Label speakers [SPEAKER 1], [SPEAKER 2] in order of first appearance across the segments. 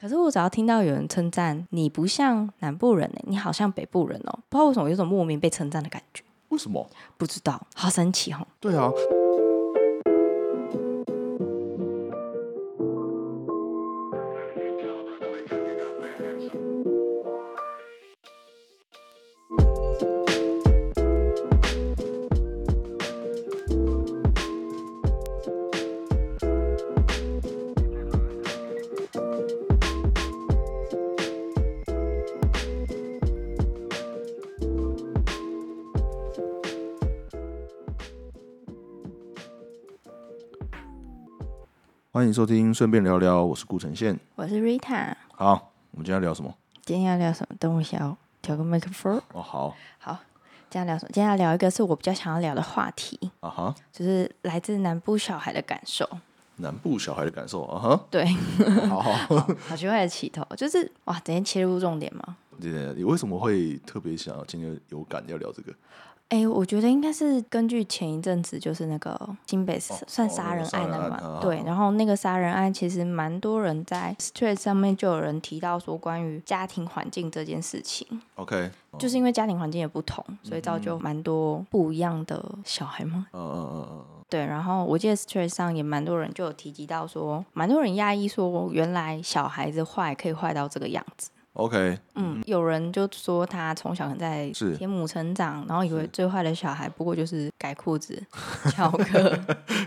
[SPEAKER 1] 可是我只要听到有人称赞你不像南部人、欸，你好像北部人哦、不知道为什么有种莫名被称赞的感觉，
[SPEAKER 2] 为什么？
[SPEAKER 1] 不知道，好神奇哦。
[SPEAKER 2] 对啊，欢迎收听，顺便聊聊，我是顾承宪。
[SPEAKER 1] 我是 Rita，
[SPEAKER 2] 好，我们今天要聊什么？
[SPEAKER 1] 今天要聊什么？等我一下哦，调个麦克风。
[SPEAKER 2] 哦，好
[SPEAKER 1] 好，今天要聊什么？今天要聊一个是我比较想要聊的话题，
[SPEAKER 2] 啊哈，
[SPEAKER 1] 就是来自南部小孩的感受。
[SPEAKER 2] 南部小孩的感受啊哈，
[SPEAKER 1] 对，
[SPEAKER 2] 好好。
[SPEAKER 1] 好奇怪的起头，就是哇，直接切入重点嘛。
[SPEAKER 2] 对，你为什么会特别想要今天有感要聊这个？
[SPEAKER 1] 哎、我觉得应该是根据前一阵子就是那个新北市算
[SPEAKER 2] 哦那
[SPEAKER 1] 杀
[SPEAKER 2] 个
[SPEAKER 1] 人
[SPEAKER 2] 杀
[SPEAKER 1] 案
[SPEAKER 2] 人
[SPEAKER 1] 了
[SPEAKER 2] 案
[SPEAKER 1] 嘛，
[SPEAKER 2] 啊
[SPEAKER 1] 对，然后那个杀人案其实蛮多人在 s t r e e t 上面就有人提到说关于家庭环境这件事情，
[SPEAKER 2] OK，哦
[SPEAKER 1] 就是因为家庭环境也不同，所以造就蛮多不一样的小孩嘛。
[SPEAKER 2] 嗯嗯嗯嗯嗯，
[SPEAKER 1] 对，然后我记得 s t r e e t 上也蛮多人就有提及到说，蛮多人压抑说原来小孩子坏可以坏到这个样子。
[SPEAKER 2] ，OK，
[SPEAKER 1] 嗯，有人就说他从小可能在
[SPEAKER 2] 是
[SPEAKER 1] 天母成长，然后以为最坏的小孩不过就是改裤 子、翘课，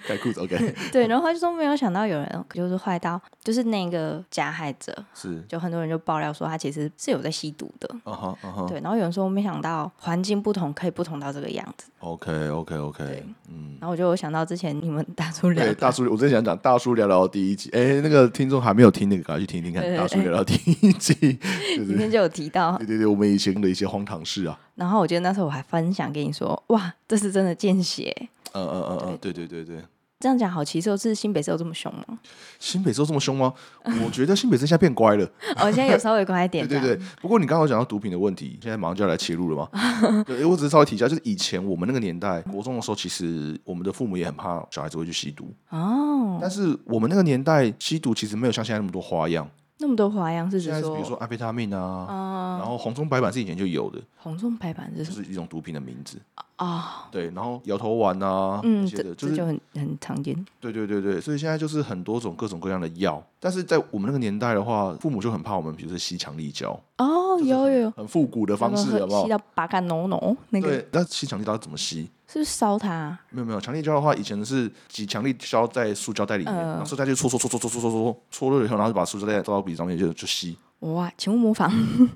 [SPEAKER 2] 盖裤子 OK，
[SPEAKER 1] 对，然后他就说没有想到有人就是坏到，就是那个加害者，
[SPEAKER 2] 是，
[SPEAKER 1] 就很多人就爆料说他其实是有在吸毒的，
[SPEAKER 2] 啊哈啊哈
[SPEAKER 1] 对，然后有人说没想到环境不同可以不同到这个样子，
[SPEAKER 2] ，OK OK
[SPEAKER 1] 对
[SPEAKER 2] OK，嗯。
[SPEAKER 1] 然后我就有想到之前你们大叔聊
[SPEAKER 2] 对，
[SPEAKER 1] 的，
[SPEAKER 2] 大叔，我真想讲大叔聊聊第一集。哎，那个听众还没有听那个，赶快去听一听看
[SPEAKER 1] 对。对
[SPEAKER 2] 大叔聊聊第一集，对
[SPEAKER 1] 里
[SPEAKER 2] 对
[SPEAKER 1] 面就有提到，
[SPEAKER 2] 对对对，我们以前的一些荒唐事啊，
[SPEAKER 1] 然后我记得那时候我还分享给你说，哇，这是真的见血，
[SPEAKER 2] 嗯嗯嗯嗯，对对对对。
[SPEAKER 1] 这样讲好奇受是新北市有这么凶吗？
[SPEAKER 2] 新北州这么凶吗？我觉得新北镇现在 变乖了。
[SPEAKER 1] 我、哦、现在有稍微乖一点
[SPEAKER 2] 对
[SPEAKER 1] 这
[SPEAKER 2] 对
[SPEAKER 1] 样，
[SPEAKER 2] 对，不过你刚刚有讲到毒品的问题，现在马上就要来切入 了嘛？对，我只是稍微提一下，就是以前我们那个年代，国中的时候，其实我们的父母也很怕小孩子会去吸毒，
[SPEAKER 1] 哦，
[SPEAKER 2] 但是我们那个年代吸毒其实没有像现在那么多花样，
[SPEAKER 1] 那么多花样是指
[SPEAKER 2] 现在是
[SPEAKER 1] 说，
[SPEAKER 2] 比如说安非他命啊，
[SPEAKER 1] 嗯
[SPEAKER 2] 然后红中白板是以前就有的，
[SPEAKER 1] 红中白板是
[SPEAKER 2] 就
[SPEAKER 1] 什么
[SPEAKER 2] 是一种毒品的名字。
[SPEAKER 1] 啊？
[SPEAKER 2] 对，然后摇头丸啊，
[SPEAKER 1] 嗯，
[SPEAKER 2] 那些
[SPEAKER 1] 这
[SPEAKER 2] 的，
[SPEAKER 1] 这
[SPEAKER 2] 就是
[SPEAKER 1] 就很很常见。
[SPEAKER 2] 对对对对，所以现在就是很多种各种各样的药，但是在我们那个年代的话，父母就很怕我们，比如说吸强力胶，
[SPEAKER 1] 哦，有有有，
[SPEAKER 2] 很复古的方式，
[SPEAKER 1] 那个
[SPEAKER 2] 好不好
[SPEAKER 1] 吸？到八嘎浓浓那个，
[SPEAKER 2] 对，那吸强力胶怎么吸？
[SPEAKER 1] 是不是烧它？
[SPEAKER 2] 没有没有，强力胶的话，以前是挤强力胶在塑胶袋里面，
[SPEAKER 1] 呃
[SPEAKER 2] 然后塑胶袋就搓搓搓搓搓搓搓搓搓热了以后，然后就把塑胶袋倒到笔上面就就吸。
[SPEAKER 1] 哇，请勿模仿，
[SPEAKER 2] 嗯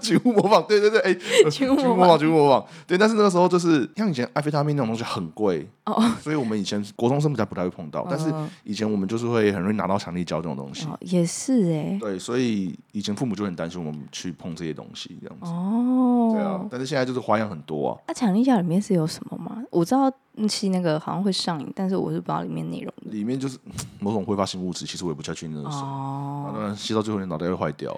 [SPEAKER 2] 请勿模仿，对对对， 哎，
[SPEAKER 1] 请
[SPEAKER 2] 请勿模仿，请勿模仿。对，但是那个时候就是像以前安非他命那种东西很贵，
[SPEAKER 1] 哦
[SPEAKER 2] 所以我们以前国中生比较不太会碰到，但是
[SPEAKER 1] 嗯
[SPEAKER 2] 以前我们就是会很容易拿到强力胶这种东西。
[SPEAKER 1] 哦，也是哎、
[SPEAKER 2] 对，所以以前父母就很担心我们去碰这些东西，这样子。
[SPEAKER 1] 哦，
[SPEAKER 2] 对啊，但是现在就是花样很多啊。
[SPEAKER 1] 那强力胶里面是有什么吗？我知道嗯吸那个好像会上瘾，但是我是不知道里面内容的。
[SPEAKER 2] 里面就是 嗯某种挥发性物质，其实我也不太确定那是什么。
[SPEAKER 1] 哦，
[SPEAKER 2] 当然，吸到最后你脑袋会坏 掉。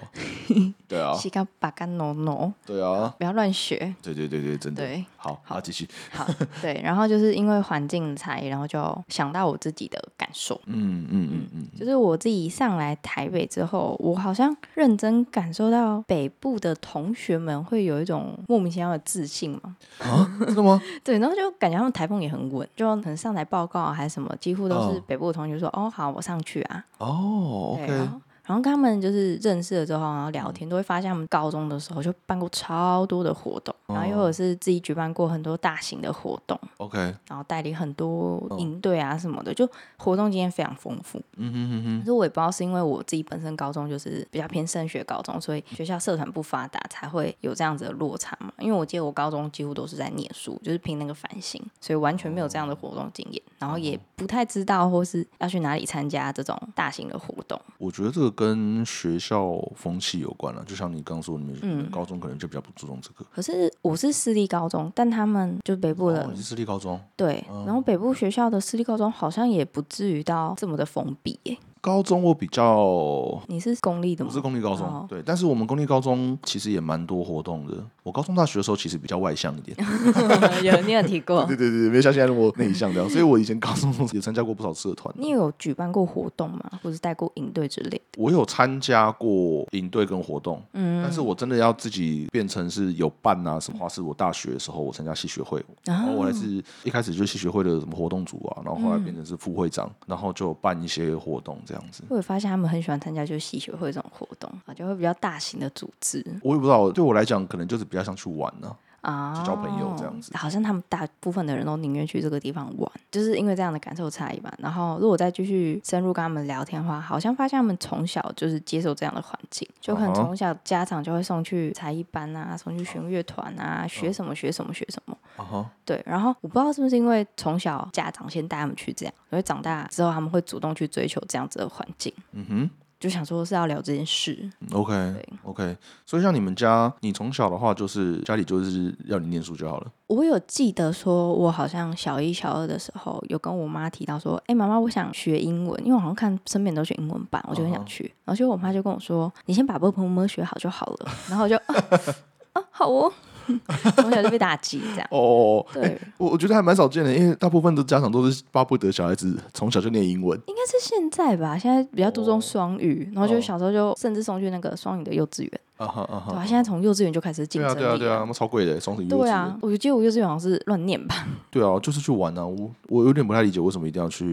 [SPEAKER 2] 对啊，
[SPEAKER 1] 吸到八嘎浓浓，
[SPEAKER 2] 对啊，
[SPEAKER 1] 不要乱学。
[SPEAKER 2] 对对对对，真的。
[SPEAKER 1] 对
[SPEAKER 2] 好，好，继续。
[SPEAKER 1] 好，对，然后就是因为环境的差异，然后就想到我自己的感受。
[SPEAKER 2] 嗯嗯嗯嗯，
[SPEAKER 1] 就是我自己上来台北之后，我好像认真感受到北部的同学们会有一种莫名其妙的自信嘛，
[SPEAKER 2] 嗯啊真 的吗？
[SPEAKER 1] 对，然后就感觉他们台风也很稳，就可能上台报告啊还是什么，几乎都是
[SPEAKER 2] 哦
[SPEAKER 1] 北部的同学说哦好我上去啊，
[SPEAKER 2] 哦
[SPEAKER 1] 对，啊然
[SPEAKER 2] ，OK，
[SPEAKER 1] 后然后跟他们就是认识了之后，然后聊天，都会发现他们高中的时候就办过超多的活动，然后又有是自己举办过很多大型的活动，
[SPEAKER 2] OK，
[SPEAKER 1] 然后带领很多营队啊什么的，就活动经验非常丰富。
[SPEAKER 2] 嗯哼哼哼，
[SPEAKER 1] 可是我也不知道是因为我自己本身高中就是比较偏升学高中，所以学校社团不发达，才会有这样子的落差嘛。因为我记得我高中几乎都是在念书，就是拼那个繁星，所以完全没有这
[SPEAKER 2] 哦
[SPEAKER 1] 样的活动经验，然后也不太知道或是要去哪里参加这种大型的活动。
[SPEAKER 2] 我觉得这个跟学校风气有关啊了。就像你刚说，你
[SPEAKER 1] 嗯
[SPEAKER 2] 们高中可能就比较不注重这个。
[SPEAKER 1] 可是我是私立高中，但他们就北部的、
[SPEAKER 2] 哦，你嗯是私立高中，
[SPEAKER 1] 对，然后北部学校的私立高中好像也不至于到这么的封闭耶、
[SPEAKER 2] 高中我比较
[SPEAKER 1] 你是公立的吗？
[SPEAKER 2] 我是公立高中，
[SPEAKER 1] 哦
[SPEAKER 2] 对，但是我们公立高中其实也蛮多活动的。我高中、大学的时候其实比较外向一点，
[SPEAKER 1] 有你有提过
[SPEAKER 2] 对，对对，没有像现在那么内向这样。所以我以前高中也参加过不少社团，啊
[SPEAKER 1] 你有举办过活动吗？或是带过营队之类的？
[SPEAKER 2] 我有参加过营队跟活动，嗯，但是我真的要自己变成是有办啊什么话，是我大学的时候我参加系学会，然哦后我还是一开始就系学会的什么活动组啊，然后后来变成是副会长，
[SPEAKER 1] 嗯
[SPEAKER 2] 然后就办一些活动这样子。
[SPEAKER 1] 我有发现他们很喜欢参加就是系学会这种活动啊，就会比较大型的组织
[SPEAKER 2] 我也不知道，对我来讲，可能就是比较想去玩呢、
[SPEAKER 1] 啊，
[SPEAKER 2] 去交朋友这样子
[SPEAKER 1] 好像他们大部分的人都宁愿去这个地方玩，就是因为这样的感受差异吧。然后如果再继续深入跟他们聊天的话，好像发现他们从小就是接受这样的环境，就可能
[SPEAKER 2] 啊哈
[SPEAKER 1] 从小家长就会送去才艺班啊，送去弦乐团啊，学
[SPEAKER 2] 嗯
[SPEAKER 1] 什么学什么学什么。
[SPEAKER 2] 啊哈，
[SPEAKER 1] 对，然后我不知道是不是因为从小家长先带他们去这样，所以长大之后他们会主动去追求这样子的环境，
[SPEAKER 2] 嗯哼。
[SPEAKER 1] 就想说是要聊这件事。
[SPEAKER 2] OK
[SPEAKER 1] 对
[SPEAKER 2] OK，所以像你们家，你从小的话就是家里就是要你念书就好了。
[SPEAKER 1] 我有记得说，我好像小一、小二的时候有跟我妈提到说，哎、妈妈，我想学英文，因为我好像看身边人都学英文班，我就很
[SPEAKER 2] 哦
[SPEAKER 1] 想去。然后结果我妈就跟我说，你先把 b p m 学好就好了。然后我就 啊啊好哦， 从小就被打击这样。
[SPEAKER 2] 哦，
[SPEAKER 1] 对，应
[SPEAKER 2] 我我觉得还蛮少见的，因为大部分的家长都是巴不得小孩子从小就念英文。
[SPEAKER 1] 该是现在吧，现在比较注重双语，然后
[SPEAKER 2] 哦
[SPEAKER 1] 就小时候就甚至送去那个双语的幼稚园，
[SPEAKER 2] 啊哈啊
[SPEAKER 1] 对吧、
[SPEAKER 2] 哈，
[SPEAKER 1] 现在从幼稚园就开始竞
[SPEAKER 2] 对啊
[SPEAKER 1] 争
[SPEAKER 2] 对啊
[SPEAKER 1] 力
[SPEAKER 2] 对啊，他
[SPEAKER 1] 了。
[SPEAKER 2] 们超贵的，双语幼稚
[SPEAKER 1] 对
[SPEAKER 2] 园
[SPEAKER 1] 啊，我记得我幼稚园好像是乱念吧，
[SPEAKER 2] 对啊，就是去玩啊。我我有点不太理解为什么一定要去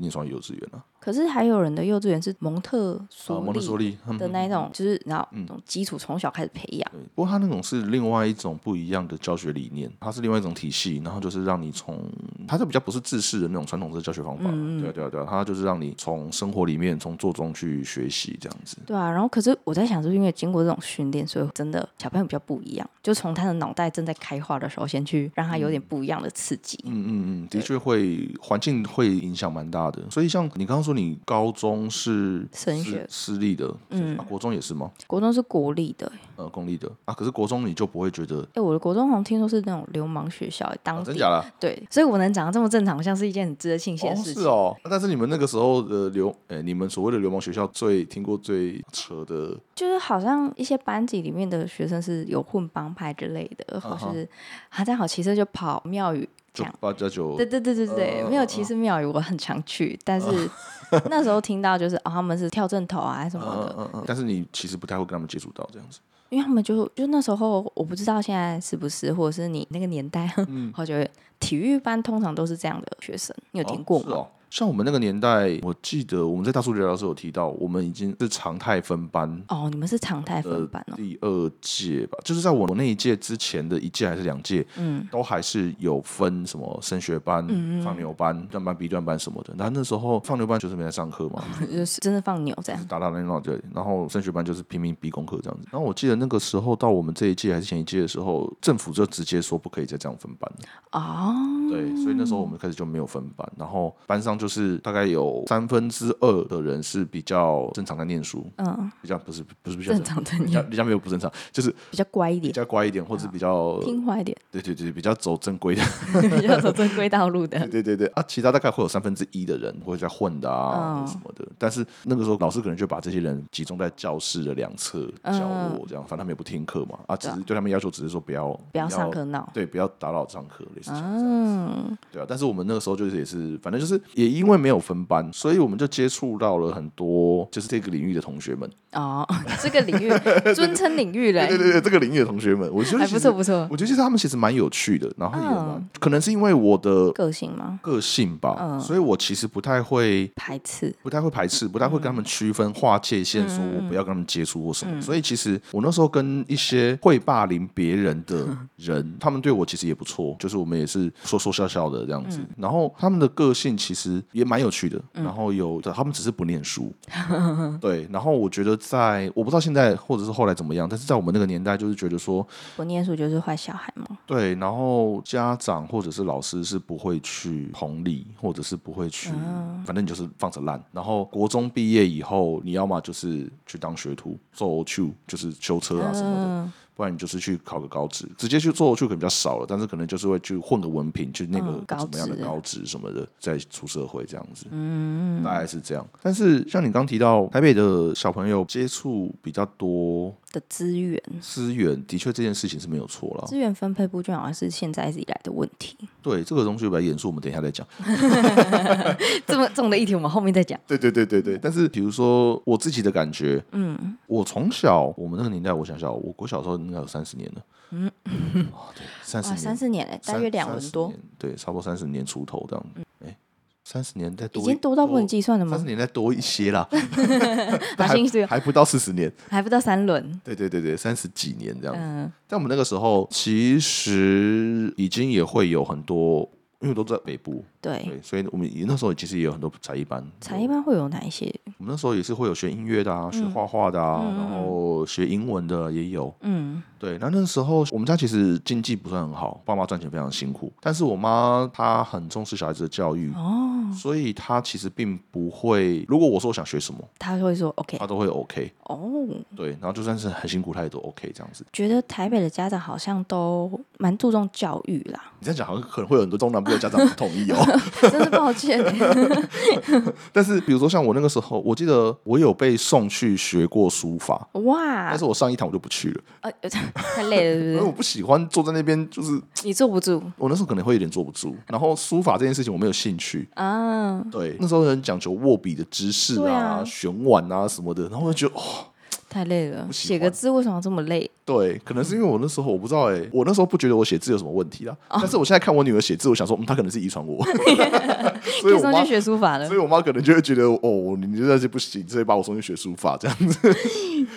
[SPEAKER 2] 念双语幼稚园啊。
[SPEAKER 1] 可是还有人的幼稚园是蒙特
[SPEAKER 2] 啊，
[SPEAKER 1] 梭
[SPEAKER 2] 蒙特
[SPEAKER 1] 利
[SPEAKER 2] 梭利，嗯
[SPEAKER 1] 的
[SPEAKER 2] 嗯
[SPEAKER 1] 那一种，就是然后
[SPEAKER 2] 嗯
[SPEAKER 1] 那种基础从小开始培养。
[SPEAKER 2] 对，不过它那种是另外一种不一样的教学理念，它是另外一种体系，然后就是让你从，它就比较不是制式的那种传统式的教学方法，
[SPEAKER 1] 嗯
[SPEAKER 2] 对啊对啊对啊，它就是让你从生活里面从做中去学习这样子。
[SPEAKER 1] 对啊，然后可是我在想，是不是因为经过这种训练，所以真的小朋友比较不一样，就从他的脑袋正在开化的时候，先去让他有点不一样的刺激。
[SPEAKER 2] 嗯嗯嗯，的确会环境会影响蛮大的，所以像你刚刚说，你高中是
[SPEAKER 1] 升
[SPEAKER 2] 私
[SPEAKER 1] 学
[SPEAKER 2] 私立的，
[SPEAKER 1] 嗯
[SPEAKER 2] 啊，国中也是吗？
[SPEAKER 1] 国中是国立的、欸，
[SPEAKER 2] 呃，公立的啊，可是国中你就不会觉得，
[SPEAKER 1] 哎，我的国中好像听说是那种流氓学校、欸，
[SPEAKER 2] 啊、
[SPEAKER 1] 当
[SPEAKER 2] 真
[SPEAKER 1] 地、
[SPEAKER 2] 假啦？
[SPEAKER 1] 对，所以我能长得这么正常，像是一件很值得庆幸
[SPEAKER 2] 哦，
[SPEAKER 1] 的事
[SPEAKER 2] 是
[SPEAKER 1] 情。
[SPEAKER 2] 哦，但是你们那个时候的流，哎、你们所谓的流氓学校最听过最扯的
[SPEAKER 1] 就是好像一些班级里面的学生是有混帮派之类的，
[SPEAKER 2] 啊
[SPEAKER 1] 或
[SPEAKER 2] 哈
[SPEAKER 1] 是啊，这样好骑车就跑庙宇这
[SPEAKER 2] 就
[SPEAKER 1] 样。
[SPEAKER 2] 八加九
[SPEAKER 1] 对对对对对，没有
[SPEAKER 2] 嗯
[SPEAKER 1] 歧视庙宇，我很常去，但是 那时候听到就是哦，他们是跳正头啊什么的，
[SPEAKER 2] 嗯嗯，但是你其实不太会跟他们接触到这样子。
[SPEAKER 1] 因为他们就就那时候我不知道现在是不是，或者是你那个年代， 好久远体育班通常都是这样的学生，你有听过
[SPEAKER 2] 嗯哦是
[SPEAKER 1] 吗？
[SPEAKER 2] 哦像我们那个年代，我记得我们在大数据聊的时候有提到，我们已经是常态分班
[SPEAKER 1] 哦你们是常态分
[SPEAKER 2] 的
[SPEAKER 1] 班哦，
[SPEAKER 2] 第二届吧，就是在我那一届之前的一届还是两届，
[SPEAKER 1] 嗯，
[SPEAKER 2] 都还是有分什么升学班、放牛班、段班、B 段班什么的。然后那时候放牛班就是没在上课嘛，
[SPEAKER 1] 就是真的放牛这
[SPEAKER 2] 就是
[SPEAKER 1] 样，
[SPEAKER 2] 打打闹闹对，然后升学班就是拼命逼功课这样子。然后我记得那个时候到我们这一届还是前一届的时候，政府就直接说不可以再这样分班了。
[SPEAKER 1] 哦，
[SPEAKER 2] 对，所以那时候我们开始就没有分班，然后班上就是大概有三分之二的人是比较正常在念书，
[SPEAKER 1] 嗯，
[SPEAKER 2] 比较不是不是比较
[SPEAKER 1] 正，常的
[SPEAKER 2] 比
[SPEAKER 1] 你
[SPEAKER 2] 较比较没有不正常，就是
[SPEAKER 1] 比较乖一
[SPEAKER 2] 比
[SPEAKER 1] 点，
[SPEAKER 2] 较呃乖一点，或者是比较
[SPEAKER 1] 啊听话一点，
[SPEAKER 2] 对对对比较走正规的，
[SPEAKER 1] 比较走正规道路的
[SPEAKER 2] 对，对对对啊，其他大概会有三分之一的人会在混的啊、
[SPEAKER 1] 嗯
[SPEAKER 2] 或者什么的，但是那个时候老师可能就把这些人集中在教室的两侧角落这样，反正他们也不听课嘛，啊，只
[SPEAKER 1] 嗯对啊
[SPEAKER 2] 是对他们要求只是说不要
[SPEAKER 1] 不要上课闹。
[SPEAKER 2] 对，不要打扰上课，类似像这样。
[SPEAKER 1] 嗯，
[SPEAKER 2] 对啊，但是我们那个时候就是也是，反正就是也因为没有分班，所以我们就接触到了很多就是这个领域的同学们。
[SPEAKER 1] 哦， 这个领域尊称领域嘞，
[SPEAKER 2] 对对对，这个领域的同学们，我觉得
[SPEAKER 1] 还
[SPEAKER 2] 其
[SPEAKER 1] 不
[SPEAKER 2] 实
[SPEAKER 1] 错不错，
[SPEAKER 2] 我觉得其实他们其实蛮有趣的，然后也蛮、
[SPEAKER 1] 嗯
[SPEAKER 2] 可能是因为我的
[SPEAKER 1] 个性吗？
[SPEAKER 2] 个性吧，
[SPEAKER 1] 嗯
[SPEAKER 2] 所以我其实不太会。
[SPEAKER 1] 排斥，
[SPEAKER 2] 不太会排斥，不太会跟他们区分、划界限，说我不要跟他们接触或什么。所以其实我那时候跟一些会霸凌别人的人，他们对我其实也不错，就是我们也是说说笑笑的这样子。然后他们的个性其实也蛮有趣的，然后有的他们只是不念书，对。然后我觉得在我不知道现在或者是后来怎么样，但是在我们那个年代，就是觉得说
[SPEAKER 1] 不念书就是坏小孩吗？
[SPEAKER 2] 对，然后家长或者是老师是不会去同理，或者是不会去，
[SPEAKER 1] 嗯
[SPEAKER 2] 反正你就是放着烂。然后国中毕业以后，你要么就是去当学徒、做 Q，就是修车啊什么的，
[SPEAKER 1] 嗯，
[SPEAKER 2] 不然你就是去考个高职，直接去做去可能比较少了，但是可能就是会去混个文凭，去那个
[SPEAKER 1] 嗯高
[SPEAKER 2] 怎么样的
[SPEAKER 1] 职
[SPEAKER 2] 高职什么的，再出社会这样子。嗯，大概是这样。但是像你刚提到台北的小朋友接触比较多
[SPEAKER 1] 的资源。
[SPEAKER 2] 资源，的确这件事情是没有错啦。
[SPEAKER 1] 资源分配不均好像是现在一直以来的问题。
[SPEAKER 2] 对这个东西比较严肃，我们等一下再讲。
[SPEAKER 1] 这么重的议题，我们后面再讲。
[SPEAKER 2] 对对对对对。但是比如说我自己的感觉，嗯，我从小我们那个年代，我想想，我我小时候应该有三十年了，嗯， 哦对，三十
[SPEAKER 1] 哇，
[SPEAKER 2] 年，
[SPEAKER 1] 三十年嘞，大约两轮
[SPEAKER 2] 轮
[SPEAKER 1] 多，，嗯
[SPEAKER 2] 对，差不多三十年出头这样。哎，三十年再多
[SPEAKER 1] 已
[SPEAKER 2] 一，
[SPEAKER 1] 经多到不能计算了
[SPEAKER 2] 三十
[SPEAKER 1] 吗？
[SPEAKER 2] 年再多一些 啦，
[SPEAKER 1] 马
[SPEAKER 2] 还
[SPEAKER 1] 新是
[SPEAKER 2] 还不到四十年，
[SPEAKER 1] 还不到三轮。
[SPEAKER 2] 对对对对，三十几年这样。
[SPEAKER 1] 嗯，
[SPEAKER 2] 但我们那个时候其实已经也会有很多，因为都在北部，
[SPEAKER 1] 对。
[SPEAKER 2] 对，所以我们那时候其实也有很多才艺班，
[SPEAKER 1] 才一般会有哪一些？
[SPEAKER 2] 我们那时候也是会有学音乐的
[SPEAKER 1] 嗯
[SPEAKER 2] 啊，学画画的啊，然后学英文的也有。
[SPEAKER 1] 嗯，
[SPEAKER 2] 对，那那时候我们家其实经济不算很好，爸妈赚钱非常辛苦，但是我妈她很重视小孩子的教育，
[SPEAKER 1] 哦，
[SPEAKER 2] 所以她其实并不会，如果我说我想学什么，
[SPEAKER 1] 他会说 OK
[SPEAKER 2] 她都会 OK。
[SPEAKER 1] 哦，
[SPEAKER 2] 对，然后就算是很辛苦，她也都 OK 这样子。
[SPEAKER 1] 觉得台北的家长好像都蛮注重教育 啦，
[SPEAKER 2] 你这样讲好像可能会有很多中南部的家长不同意 哦。
[SPEAKER 1] 真是抱 歉欸。
[SPEAKER 2] 但是比如说像我那个时候，我记得我有被送去学过书法，
[SPEAKER 1] 哇
[SPEAKER 2] 但，是我上一堂我就不去了，
[SPEAKER 1] 呃， 太累了，
[SPEAKER 2] 因
[SPEAKER 1] 是
[SPEAKER 2] 为
[SPEAKER 1] 不
[SPEAKER 2] 我不喜欢坐在那边就是
[SPEAKER 1] 是？你坐不住
[SPEAKER 2] 我那时候可能会有点坐不住，然后书法这件事情我没有兴趣。
[SPEAKER 1] 啊？
[SPEAKER 2] 对，那时候很讲求握笔的姿势
[SPEAKER 1] 对
[SPEAKER 2] 啊、
[SPEAKER 1] 啊
[SPEAKER 2] 旋腕啊什么的，然后我就觉 得，哦，
[SPEAKER 1] 太累了，
[SPEAKER 2] 喜
[SPEAKER 1] 写个
[SPEAKER 2] 欢
[SPEAKER 1] 字为什么要这么累？
[SPEAKER 2] 对，可能是因为我那时候我不知道哎、
[SPEAKER 1] 嗯
[SPEAKER 2] 我那时候不觉得我写字有什么问题啦。
[SPEAKER 1] 哦
[SPEAKER 2] 但是我现在看我女儿写字，我想说，嗯，她可能是遗 传我，
[SPEAKER 1] 可
[SPEAKER 2] 所以
[SPEAKER 1] 以
[SPEAKER 2] 我
[SPEAKER 1] 送
[SPEAKER 2] 妈
[SPEAKER 1] 去，学书法了
[SPEAKER 2] 所以，我妈可能就会觉得，哦，你这样是不行，所以把我送去学书法这样子。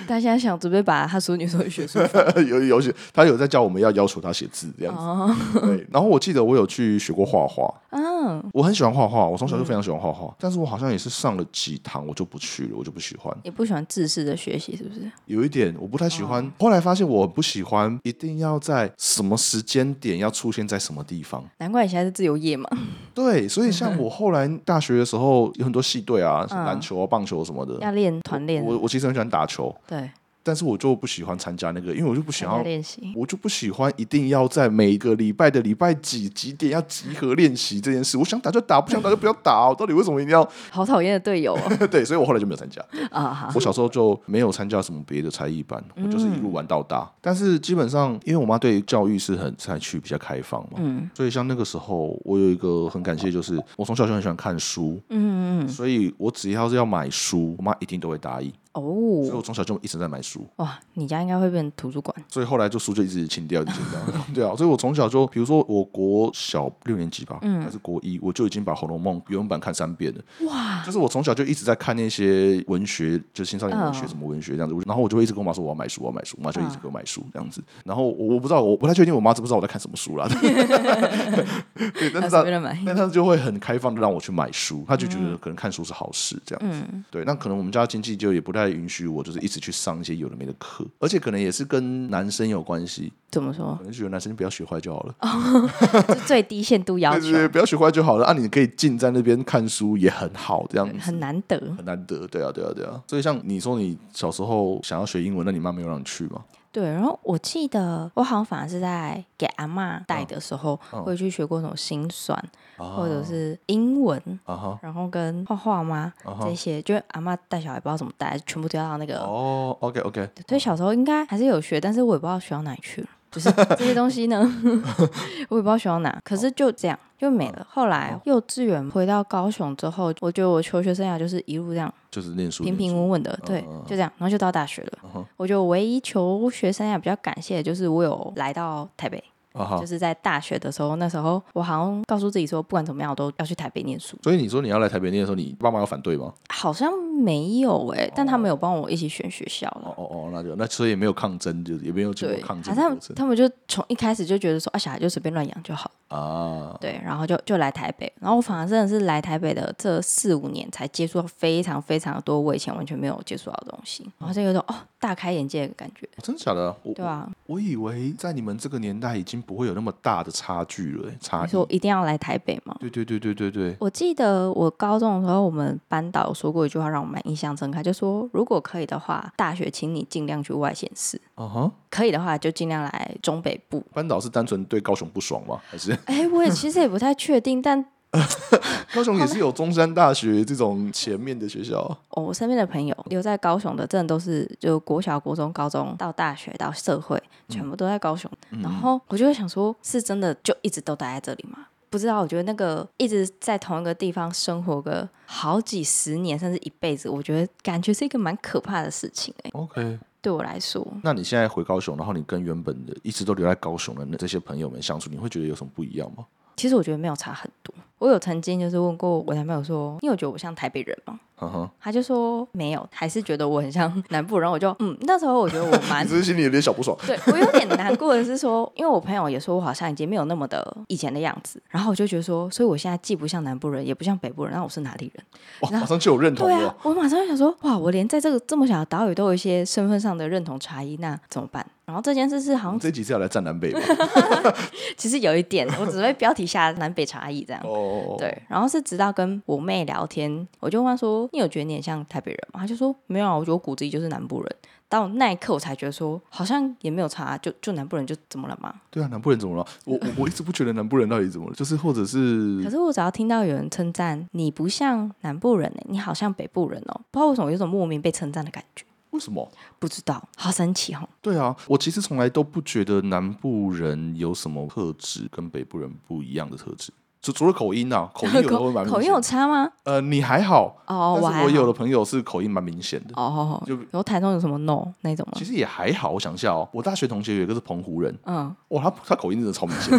[SPEAKER 1] 他现在想准备把他淑女送去学书法
[SPEAKER 2] 有有写，她有在教我们要要求她写字这样子。
[SPEAKER 1] 哦，
[SPEAKER 2] 对，然后我记得我有去学过画画，
[SPEAKER 1] 嗯，
[SPEAKER 2] 我很喜欢画画，我从小就非常喜欢画画，但是我好像也是上了几堂我就不去了，我就不喜欢。
[SPEAKER 1] 也不喜欢自式的学习，是不是？
[SPEAKER 2] 有一点我不太喜
[SPEAKER 1] 哦
[SPEAKER 2] 欢，后来发现我不喜欢一定要在什么时间点要出现在什么地方。
[SPEAKER 1] 难怪你现在是自由业嘛。
[SPEAKER 2] 对，所以
[SPEAKER 1] 嗯
[SPEAKER 2] 像我后来大学的时候有很多系队啊，篮球啊、棒球什么的。
[SPEAKER 1] 要练团练，
[SPEAKER 2] 我我其实很喜欢打球，
[SPEAKER 1] 对，
[SPEAKER 2] 但是我就不喜欢参加那个，因为我就不喜
[SPEAKER 1] 还要
[SPEAKER 2] 欢。
[SPEAKER 1] 练习。
[SPEAKER 2] 我就不喜欢一定要在每个礼拜的礼拜几几点要集合练习这件事。我想打就打，不想打就不要打、哦我到底为什么一定要？
[SPEAKER 1] 好讨厌的队友 哦
[SPEAKER 2] 对，所以我后来就没有参加。
[SPEAKER 1] 啊！好
[SPEAKER 2] 我小时候就没有参加什么别的才艺班，
[SPEAKER 1] 嗯
[SPEAKER 2] 我就是一路玩到大。但是基本上，因为我妈对教育是很采取比较开放嘛，
[SPEAKER 1] 嗯
[SPEAKER 2] 所以像那个时候，我有一个很感谢，就是我从小就很喜欢看书，
[SPEAKER 1] 嗯嗯嗯，
[SPEAKER 2] 所以我只要是要买书，我妈一定都会答应。所以
[SPEAKER 1] 哦，
[SPEAKER 2] 我从小就一直在买书，
[SPEAKER 1] 哇，你家应该会变成图书馆
[SPEAKER 2] 所以后来就书就一直清掉，一直清掉。 对啊，所以我从小就，比如说我国小六年级吧，
[SPEAKER 1] 嗯
[SPEAKER 2] 还是国一，我就已经把《红楼梦》原文版看三遍了。
[SPEAKER 1] 哇！
[SPEAKER 2] 就是我从小就一直在看那些文学，就青少年文学
[SPEAKER 1] 嗯
[SPEAKER 2] 什么文学这样子，然后我就会一直跟我妈说我要买书，我要买书，我妈就一直给我买书这样子。然后我我不知道，我不太确定我妈知不知道我在看什么书啦。 对，但
[SPEAKER 1] 要
[SPEAKER 2] 是
[SPEAKER 1] 啊随便
[SPEAKER 2] 她
[SPEAKER 1] 乱买，
[SPEAKER 2] 但她就会很开放的让我去买书，她就觉
[SPEAKER 1] 嗯
[SPEAKER 2] 得可能看书是好事这样子。对，那可能我们家经济就也不太允许我就是一直去上一些有的没的课，而且可能也是跟男生有关系，
[SPEAKER 1] 怎么说
[SPEAKER 2] 可？能就觉得男生不要学坏就好了，
[SPEAKER 1] 这是最低限度要
[SPEAKER 2] 对
[SPEAKER 1] 求
[SPEAKER 2] 对，对，不要学坏就好了。啊，你可以静在那边看书也很好这样子。
[SPEAKER 1] 很难得。
[SPEAKER 2] 很难得，对啊，对啊，对啊。所以像你说你小时候想要学英文，那你妈没有让你去吗？
[SPEAKER 1] 对，然后我记得我好像反而是在给阿妈带的时候，会去学过什么心算，或者是英文，
[SPEAKER 2] 啊哈，
[SPEAKER 1] 然后跟画画吗？
[SPEAKER 2] 啊哈
[SPEAKER 1] 这，些，就是阿妈带小孩不知道怎么带，全部丢到那个
[SPEAKER 2] 哦，OK OK，
[SPEAKER 1] 所以小时候应该还是有学，但是我也不知道学到哪里去了。就是这些东西呢，我也不知道学到哪，可是就这样就没了。后来幼稚园回到高雄之后，我觉得我求学生涯就是一路这样
[SPEAKER 2] 就是念书，
[SPEAKER 1] 平平
[SPEAKER 2] 念书
[SPEAKER 1] 稳稳的，
[SPEAKER 2] 嗯
[SPEAKER 1] 对，就这样，然后就到大学了。我觉得我唯一求学生涯比较感谢的就是我有来到台北，
[SPEAKER 2] 啊哈
[SPEAKER 1] 就。是在大学的时候，那时候我好像告诉自己说，不管怎么样我都要去台北念书，
[SPEAKER 2] 所以你说你要来台北念的时候，你爸妈有反对吗？
[SPEAKER 1] 好像没有哎、但他们有帮我一起选学校了
[SPEAKER 2] 哦哦。哦哦，那就那所以也没有抗争，就是也没有经过
[SPEAKER 1] 对，
[SPEAKER 2] 抗
[SPEAKER 1] 啊
[SPEAKER 2] 争的
[SPEAKER 1] 他
[SPEAKER 2] 过
[SPEAKER 1] 们
[SPEAKER 2] 程。
[SPEAKER 1] 他们就从一开始就觉得说啊，小孩就随便乱养就好，
[SPEAKER 2] 啊，
[SPEAKER 1] 对，然后就就来台北，然后我反而真的是来台北的这四五年才接触到非常非常多我以前完全没有接触到的东西，然后就有种哦大开眼界的感觉，
[SPEAKER 2] 真的假的？我
[SPEAKER 1] 对啊，
[SPEAKER 2] 我以为在你们这个年代已经不会有那么大的差距了、欸差
[SPEAKER 1] 你
[SPEAKER 2] 异
[SPEAKER 1] 说。一定要来台北吗？
[SPEAKER 2] 对对对对对对，
[SPEAKER 1] 我记得我高中的时候，我们班导有说过一句话让我蛮印象深刻，就说如果可以的话，大学请你尽量去外县市，
[SPEAKER 2] 啊哈，
[SPEAKER 1] 可以的话就尽量来中北部。
[SPEAKER 2] 班导是单纯对高雄不爽吗？还是
[SPEAKER 1] 哎，我也其实也不太确定，但
[SPEAKER 2] 高雄也是有中山大学这种前面的学校？
[SPEAKER 1] 哦，我身边的朋友留在高雄的，真的都是就国小、国中、高中到大学到社会，全部都在高雄。然后我就会想说，是真的就一直都待在这里吗？不知道，我觉得那个一直在同一个地方生活个好几十年，甚至一辈子，我觉得感觉是一个蛮可怕的事情哎、
[SPEAKER 2] OK，
[SPEAKER 1] 对我来说，
[SPEAKER 2] 那你现在回高雄，然后你跟原本的一直都留在高雄的那这些朋友们相处，你会觉得有什么不一样吗？
[SPEAKER 1] 其实我觉得没有差很多。我有曾经就是问过我男朋友说：“你有觉得我像台北人吗
[SPEAKER 2] 哈 哈，？”
[SPEAKER 1] 他就说没有，还是觉得我很像南部人。然后我就嗯，那时候我觉得我蛮
[SPEAKER 2] 你只是心里有点小不爽。
[SPEAKER 1] 对我有点难过的是说，因为我朋友也说我好像已经没有那么的以前的样子，然后我就觉得说，所以我现在既不像南部人，也不像北部人，那我是哪里人？
[SPEAKER 2] 哇，
[SPEAKER 1] 然后
[SPEAKER 2] 马上就有认同
[SPEAKER 1] 对
[SPEAKER 2] 了。
[SPEAKER 1] 啊，我马上就想说，哇，我连在这个这么小的岛屿都有一些身份上的认同差异，那怎么办？然后这件事是好
[SPEAKER 2] 我们
[SPEAKER 1] 像
[SPEAKER 2] 这集是要来站南 北吧？
[SPEAKER 1] 其实有一点，我只会标题下南北差异这样。
[SPEAKER 2] 哦，
[SPEAKER 1] 对，然后是直到跟我妹聊天，我就问她说：“你有觉得你很像台北人吗？”她就说：“没有啊，我觉得我骨子里就是南部人。”到那一刻，我才觉得说，好像也没有差啊，就就南部人就怎么了嘛？
[SPEAKER 2] 对啊，南部人怎么了？我我我一直不觉得南部人到底怎么了，就是或者
[SPEAKER 1] 可
[SPEAKER 2] 是
[SPEAKER 1] 是我只要听到有人称赞你不像南部人呢、欸你好像北部人哦、不知道为什么有种莫名被称赞的感觉，
[SPEAKER 2] 为什么？
[SPEAKER 1] 不知道，好神奇哦。
[SPEAKER 2] 对啊，我其实从来都不觉得南部人有什么特质跟北部人不一样的特质，除除了口音啊，口音有的会蛮明 显
[SPEAKER 1] 口音有差吗？
[SPEAKER 2] 呃，你还好，
[SPEAKER 1] 哦，
[SPEAKER 2] 但
[SPEAKER 1] 还
[SPEAKER 2] 是我有
[SPEAKER 1] 好
[SPEAKER 2] 的朋友是口音蛮明显的，
[SPEAKER 1] 哦，
[SPEAKER 2] 就
[SPEAKER 1] 然后台中有什么 no 那种吗
[SPEAKER 2] 其？实也还好。我想一下哦，我大学同学有一个是澎湖人，
[SPEAKER 1] 嗯，
[SPEAKER 2] 哇，他他口音真的超明显，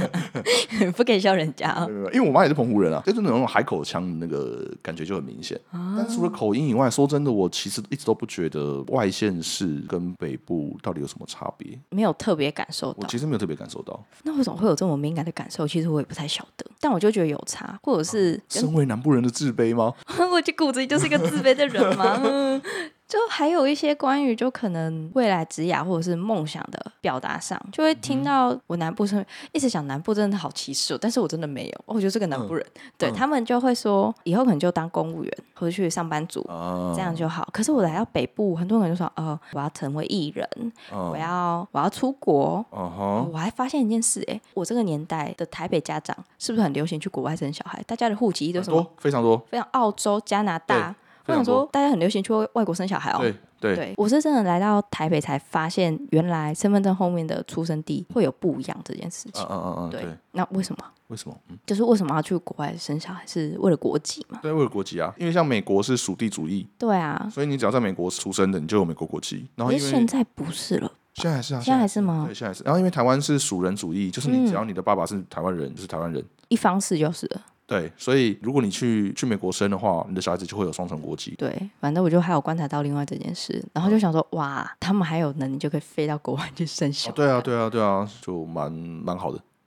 [SPEAKER 2] 没
[SPEAKER 1] 不可以笑人家啊
[SPEAKER 2] 有。没有没有因为我妈也是澎湖人啊，就是那种海口腔那个感觉就很明显。但除了口音以外，说真的，我其实一直都不觉得外县市跟北部到底有什么差别，
[SPEAKER 1] 没有特别感受
[SPEAKER 2] 我
[SPEAKER 1] 到。
[SPEAKER 2] 其实没有特别感受到。
[SPEAKER 1] 那为什么会有这么敏感的感受？其实我也不太晓得，但我就觉得有差，或者是跟、
[SPEAKER 2] 身为南部人的自卑吗？
[SPEAKER 1] 我就骨子里就是一个自卑的人嘛。嗯 就还有一些关于就可能未来职涯或者是梦想的表达上，就会听到我南部生一直想南部真的好歧视哦，但是我真的没有，我就是个南部人。对、他们就会说以后可能就当公务员或者去上班族。
[SPEAKER 2] 啊
[SPEAKER 1] 这样就好。可是我来到北部，很多人就说：“哦、我要成为艺人，我要我要出国，
[SPEAKER 2] 啊哈，
[SPEAKER 1] 我还发现一件事、哎，我这个年代的台北家长是不是很流行去国外生小孩？大家的户籍都
[SPEAKER 2] 很
[SPEAKER 1] 什么
[SPEAKER 2] 多非常多，
[SPEAKER 1] 非常澳洲、加拿大。我
[SPEAKER 2] 对
[SPEAKER 1] 想
[SPEAKER 2] 非常
[SPEAKER 1] 说
[SPEAKER 2] 多，
[SPEAKER 1] 大家很流行去外国生小孩哦。
[SPEAKER 2] 对对
[SPEAKER 1] 对我是真的来到台北才发现，原来身份证后面的出生地会有不一样这件事
[SPEAKER 2] 嗯
[SPEAKER 1] 情。
[SPEAKER 2] 嗯嗯嗯，对，
[SPEAKER 1] 那为什么？
[SPEAKER 2] 为什么？嗯，
[SPEAKER 1] 就是为什么要去国外生小孩？是为了国籍嘛？
[SPEAKER 2] 对，为了国籍啊，因为像美国是属地主义，
[SPEAKER 1] 对啊，
[SPEAKER 2] 所以你只要在美国出生的，你就有美国国籍。嗯然后
[SPEAKER 1] 可
[SPEAKER 2] 因
[SPEAKER 1] 是现
[SPEAKER 2] 为
[SPEAKER 1] 在不是了，
[SPEAKER 2] 现在还是啊，
[SPEAKER 1] 现在还是吗
[SPEAKER 2] 对，现在还是。然后因为台湾是属人主义，就是你只要你的爸爸是台湾人，就是台湾人。
[SPEAKER 1] 一方式就是了。
[SPEAKER 2] 对，所以如果你去去美国生的话，你的小孩子就会有双重国籍。
[SPEAKER 1] 对，反正我就还有观察到另外这件事，然后就想说，哇，他们还有能力就可以飞到国外去生小
[SPEAKER 2] 嗯哦
[SPEAKER 1] 孩，，
[SPEAKER 2] 对啊，对啊，对啊，就蛮蛮好的。
[SPEAKER 1] 蛮好的，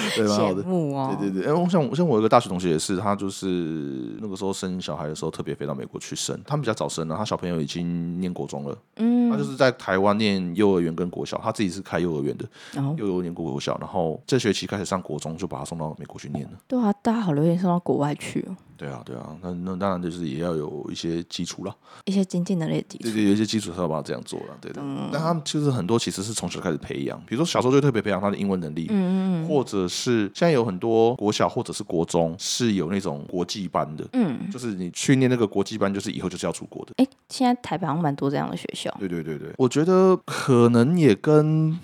[SPEAKER 2] 对蛮好的
[SPEAKER 1] 羡慕哦。
[SPEAKER 2] 对对对，哎，我像我像我有一个大学同学也是，他就是那个时候生小孩的时候特别飞到美国去生，他们比较早生了，他小朋友已经念国中了，
[SPEAKER 1] 嗯，
[SPEAKER 2] 他就是在台湾念幼儿园跟国小，他自己是开幼儿园的，
[SPEAKER 1] 然后
[SPEAKER 2] 幼儿园国小，然后这学期开始上国中，就把他送到美国去念了。
[SPEAKER 1] 对啊，大家好流行送到国外去哦，
[SPEAKER 2] 对啊，对啊，那那当然就是也要有一些基础啦，
[SPEAKER 1] 一些经济能力的基
[SPEAKER 2] 对
[SPEAKER 1] 础。
[SPEAKER 2] 对，有一些基础才有办法这样做啦，对的。但他们就是很多其实是从小开始培养，比如说小时候就特别培养他的英文能力，
[SPEAKER 1] 嗯嗯
[SPEAKER 2] 或者是现在有很多国小或者是国中是有那种国际班的，
[SPEAKER 1] 嗯，
[SPEAKER 2] 就是你去念那个国际班，就是以后就是要出国的。
[SPEAKER 1] 哎，现在台北好像蛮多这样的学校，
[SPEAKER 2] 对对对对，我觉得可能也跟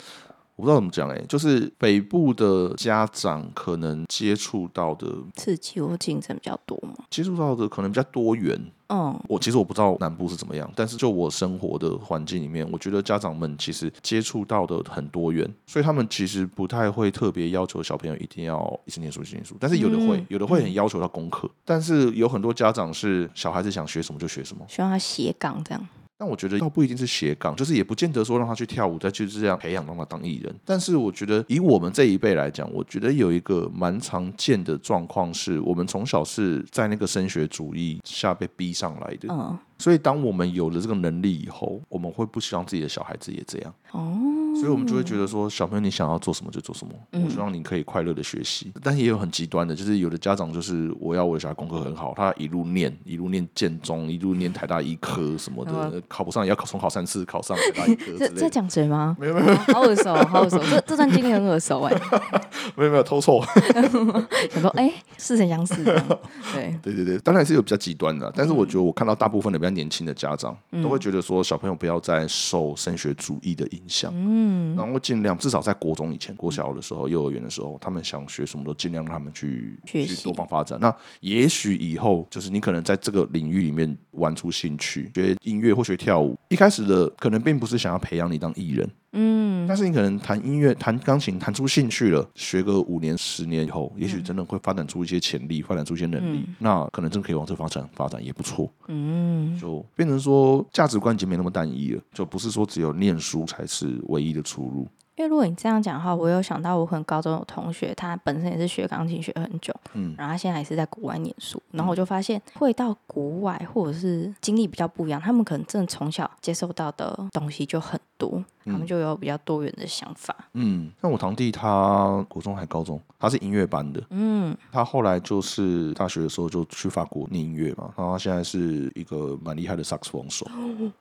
[SPEAKER 2] 我不知道怎么讲哎、就是北部的家长可能接触到的
[SPEAKER 1] 刺激或竞争比较多嘛。
[SPEAKER 2] 接触到的可能比较多元。
[SPEAKER 1] 嗯，
[SPEAKER 2] 我其实我不知道南部是怎么样，但是就我生活的环境里面，我觉得家长们其实接触到的很多元，所以他们其实不太会特别要求小朋友一定要一直念书一直念书，但是有的会，
[SPEAKER 1] 嗯
[SPEAKER 2] 有的会很要求到功课，但是有很多家长是小孩子想学什么就学什么，
[SPEAKER 1] 希望他斜杠这样。
[SPEAKER 2] 但我觉得倒不一定是斜杠，就是也不见得说让他去跳舞，再去这样培养让他当艺人。但是我觉得以我们这一辈来讲，我觉得有一个蛮常见的状况是，我们从小是在那个升学主义下被逼上来的。
[SPEAKER 1] 嗯，
[SPEAKER 2] 所以，当我们有了这个能力以后，我们会不希望自己的小孩子也这样，
[SPEAKER 1] 哦，
[SPEAKER 2] 所以我们就会觉得说，小朋友你想要做什么就做什么，
[SPEAKER 1] 嗯
[SPEAKER 2] 我希望你可以快乐的学习。但也有很极端的，就是有的家长就是我要我的小孩功课很好，他一路念一路念建中，一路念台大医科什么的，考不上也要考重考三次，考上台大医科之
[SPEAKER 1] 嗯 这
[SPEAKER 2] 类
[SPEAKER 1] 这
[SPEAKER 2] 的。
[SPEAKER 1] 讲谁吗？没有没有，好耳熟，好耳熟，这这段经历很耳熟哎、
[SPEAKER 2] 没有没有偷错，
[SPEAKER 1] 想说哎，似曾相识这样，对，
[SPEAKER 2] 对对对，当然是有比较极端
[SPEAKER 1] 嗯
[SPEAKER 2] 的啊，但是我觉得我看到大部分的比较年轻的家长、都会觉得说，小朋友不要再受升学主义的影响，嗯，然后尽量至少在国中以前、国小的时候、幼儿园的时候，他们想学什么都尽量让他们去
[SPEAKER 1] 学习
[SPEAKER 2] 去多方发展。那也许以后就是你可能在这个领域里面玩出兴趣，学音乐或学跳舞，一开始的可能并不是想要培养你当艺人。嗯，但是你可能弹音乐、弹钢琴，弹出兴趣了，学个五年、十年以后，也许真的会发展出一些潜力，发展出一些能力，那可能真的可以往这方向发展，也不错。
[SPEAKER 1] 嗯，
[SPEAKER 2] 就变成说价值观已经没那么单一了，就不是说只有念书才是唯一的出路。
[SPEAKER 1] 因为如果你这样讲的话，我有想到我可能高中有同学，他本身也是学钢琴学很久，
[SPEAKER 2] 嗯
[SPEAKER 1] 然后他现在也是在国外念书，然后我就发现会到国外或者是经历比较不一样，他们可能真的从小接受到的东西就很多，他们就有比较多元的想法，
[SPEAKER 2] 嗯，像我堂弟他国中还高中，他是音乐班的，
[SPEAKER 1] 嗯，
[SPEAKER 2] 他后来就是大学的时候就去法国念音乐嘛，然后他现在是一个蛮厉害的萨克斯风手。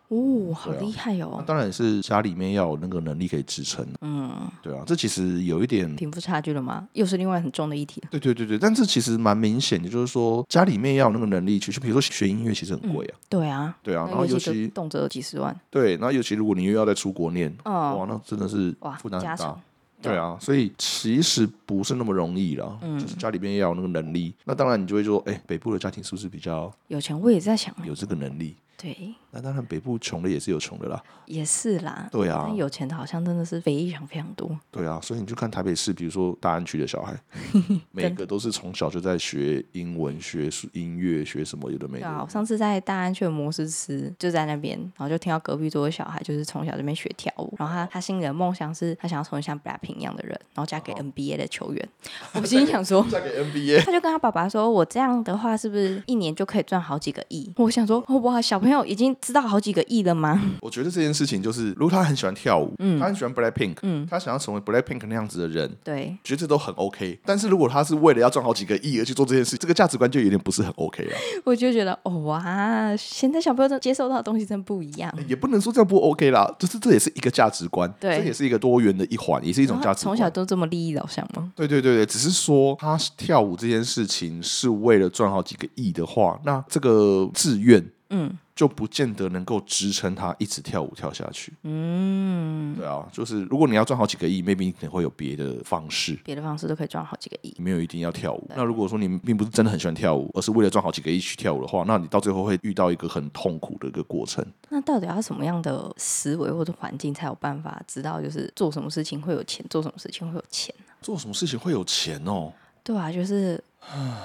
[SPEAKER 1] 哦，好
[SPEAKER 2] 对啊
[SPEAKER 1] 厉害
[SPEAKER 2] 那
[SPEAKER 1] 哦，
[SPEAKER 2] 当然也是家里面要有那个能力可以支撑，
[SPEAKER 1] 嗯，
[SPEAKER 2] 对啊，这其实有一点。
[SPEAKER 1] 贫富差距了吗？又是另外很重的议题了，
[SPEAKER 2] 对对对对，但这其实蛮明显的，就是说家里面要有那个能力去，就比如说学音乐其实很贵啊，
[SPEAKER 1] 对啊，
[SPEAKER 2] 对啊，然
[SPEAKER 1] 那
[SPEAKER 2] 后
[SPEAKER 1] 乐
[SPEAKER 2] 尤
[SPEAKER 1] 器
[SPEAKER 2] 其
[SPEAKER 1] 就动辄几十万，
[SPEAKER 2] 对，然后尤其如果你又要在出国念，
[SPEAKER 1] 哦
[SPEAKER 2] 哇，那真的是
[SPEAKER 1] 哇
[SPEAKER 2] 负担
[SPEAKER 1] 加
[SPEAKER 2] 很大
[SPEAKER 1] 成。
[SPEAKER 2] 对啊，所以其实不是那么容易啦，
[SPEAKER 1] 嗯
[SPEAKER 2] 就是家里面要有那个能力。那当然，你就会说，哎、北部的家庭是不是比较
[SPEAKER 1] 有钱我也在想，
[SPEAKER 2] 有这个能力？
[SPEAKER 1] 对，
[SPEAKER 2] 那当然，北部穷的也是有穷的啦。
[SPEAKER 1] 也是啦，
[SPEAKER 2] 对啊
[SPEAKER 1] 啊但，有钱的好像真的是非常非常多，
[SPEAKER 2] 对啊，所以你就看台北市，比如说大安区 的小孩，每个都是从小就在学英文、学音乐、学什么有的没
[SPEAKER 1] 对啊，
[SPEAKER 2] 的
[SPEAKER 1] 我。上次在大安去的摩斯吃，就在那边，然后就听到隔壁桌的小孩就是从小这边学跳舞，然后他他心里的梦想是他想要成为像 BLACKPINK 一样的人，然后嫁
[SPEAKER 2] 哦
[SPEAKER 1] 给 NBA 的球员。 我心里想说，
[SPEAKER 2] 嫁给 NBA，
[SPEAKER 1] 他就跟他爸爸说：“我这样的话，是不是一年就可以赚好几个亿？”我想说，哦哇，小朋友已经知道好几个亿了吗？
[SPEAKER 2] 我觉得这件事情就是，如果他很喜欢跳舞，
[SPEAKER 1] 嗯
[SPEAKER 2] 他很喜欢 BLACKPINK，、他想要成为 BLACKPINK 那样子的人，
[SPEAKER 1] 对，
[SPEAKER 2] 觉得这都很 OK。但是如果他是为了要赚好几个亿而去做这件事，这个价值观就有点不是很 OK 了。
[SPEAKER 1] 我就觉得，哦哇，现在小朋友接受到的东西真不一样。
[SPEAKER 2] 也不能说这样不 OK 啦，就是这也是一个价值观，
[SPEAKER 1] 对
[SPEAKER 2] 这也是一个多元的一环，也是一种
[SPEAKER 1] 然后
[SPEAKER 2] 价
[SPEAKER 1] 他
[SPEAKER 2] 值
[SPEAKER 1] 从
[SPEAKER 2] 观。
[SPEAKER 1] 小都这么利益导向吗？
[SPEAKER 2] 对对对对，只是说他跳舞这件事情是为了赚好几个亿的话，那这个志愿，
[SPEAKER 1] 嗯，
[SPEAKER 2] 就不见得能够支撑他一直跳舞跳下去。
[SPEAKER 1] 嗯，
[SPEAKER 2] 对啊，就是如果你要赚好几个亿，maybe 你可能会有别的方式。
[SPEAKER 1] 别的方式都可以赚好几个亿。
[SPEAKER 2] 没有一定要跳舞。那如果说你并不是真的很喜欢跳舞，而是为了赚好几个亿去跳舞的话，那你到最后会遇到一个很痛苦的一个过程。
[SPEAKER 1] 那到底要什么样的思维或者环境才有办法知道，就是做什么事情会有钱，做什么事情会有钱？
[SPEAKER 2] 做什么事情会有钱哦？
[SPEAKER 1] 对啊， 就是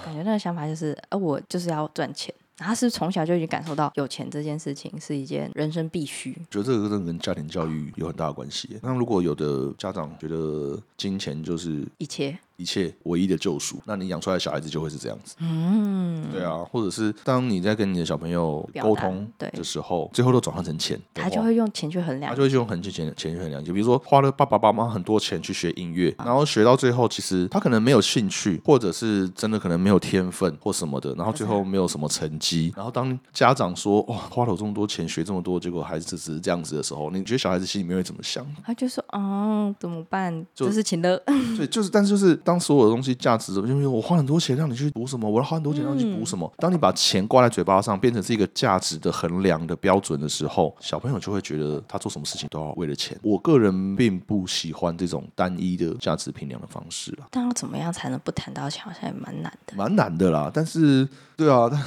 [SPEAKER 1] 感觉那个想法就是，呃，我就是要赚钱。然后他是不是从小就已经感受到有钱这件事情是一件人生必须。
[SPEAKER 2] 觉得这个真的跟家庭教育有很大的关系。那如果有的家长觉得金钱就是
[SPEAKER 1] 一切，
[SPEAKER 2] 一切唯一的救赎，那你养出来的小孩子就会是这样子。
[SPEAKER 1] 嗯，
[SPEAKER 2] 对啊，或者是当你在跟你的小朋友
[SPEAKER 1] 表达
[SPEAKER 2] 沟通
[SPEAKER 1] 对
[SPEAKER 2] 的时候，最后都转换成钱的话，
[SPEAKER 1] 他就会用钱去衡量
[SPEAKER 2] 哦他就。会用很钱钱钱去衡量，就比如说花了爸爸妈妈很多钱去学音乐，
[SPEAKER 1] 嗯
[SPEAKER 2] 然后学到最后，其实他可能没有兴趣，或者是真的可能没有天分或什么的，
[SPEAKER 1] 嗯
[SPEAKER 2] 然后最后没有什么成绩。然后当家长说哇、花了我这么多钱学这么多，结果孩子只是这样子的时候，你觉得小孩子心里面会怎么想？
[SPEAKER 1] 他就说：“哦，怎么办？
[SPEAKER 2] 就
[SPEAKER 1] 这是情的，
[SPEAKER 2] 对，就是，但是就是当所有的东西价值，因为我花很多钱让你去补什么，我要花很多钱让你去补什么。当你把钱挂在嘴巴上，变成是一个价值的衡量的标准的时候，小朋友就会觉得他做什么事情都要为了钱。我个人并不喜欢这种单一的价值评量的方式啦，
[SPEAKER 1] 但要怎么样才能不谈到钱，好像也蛮难的。
[SPEAKER 2] 蛮难的啦。但是，对啊，但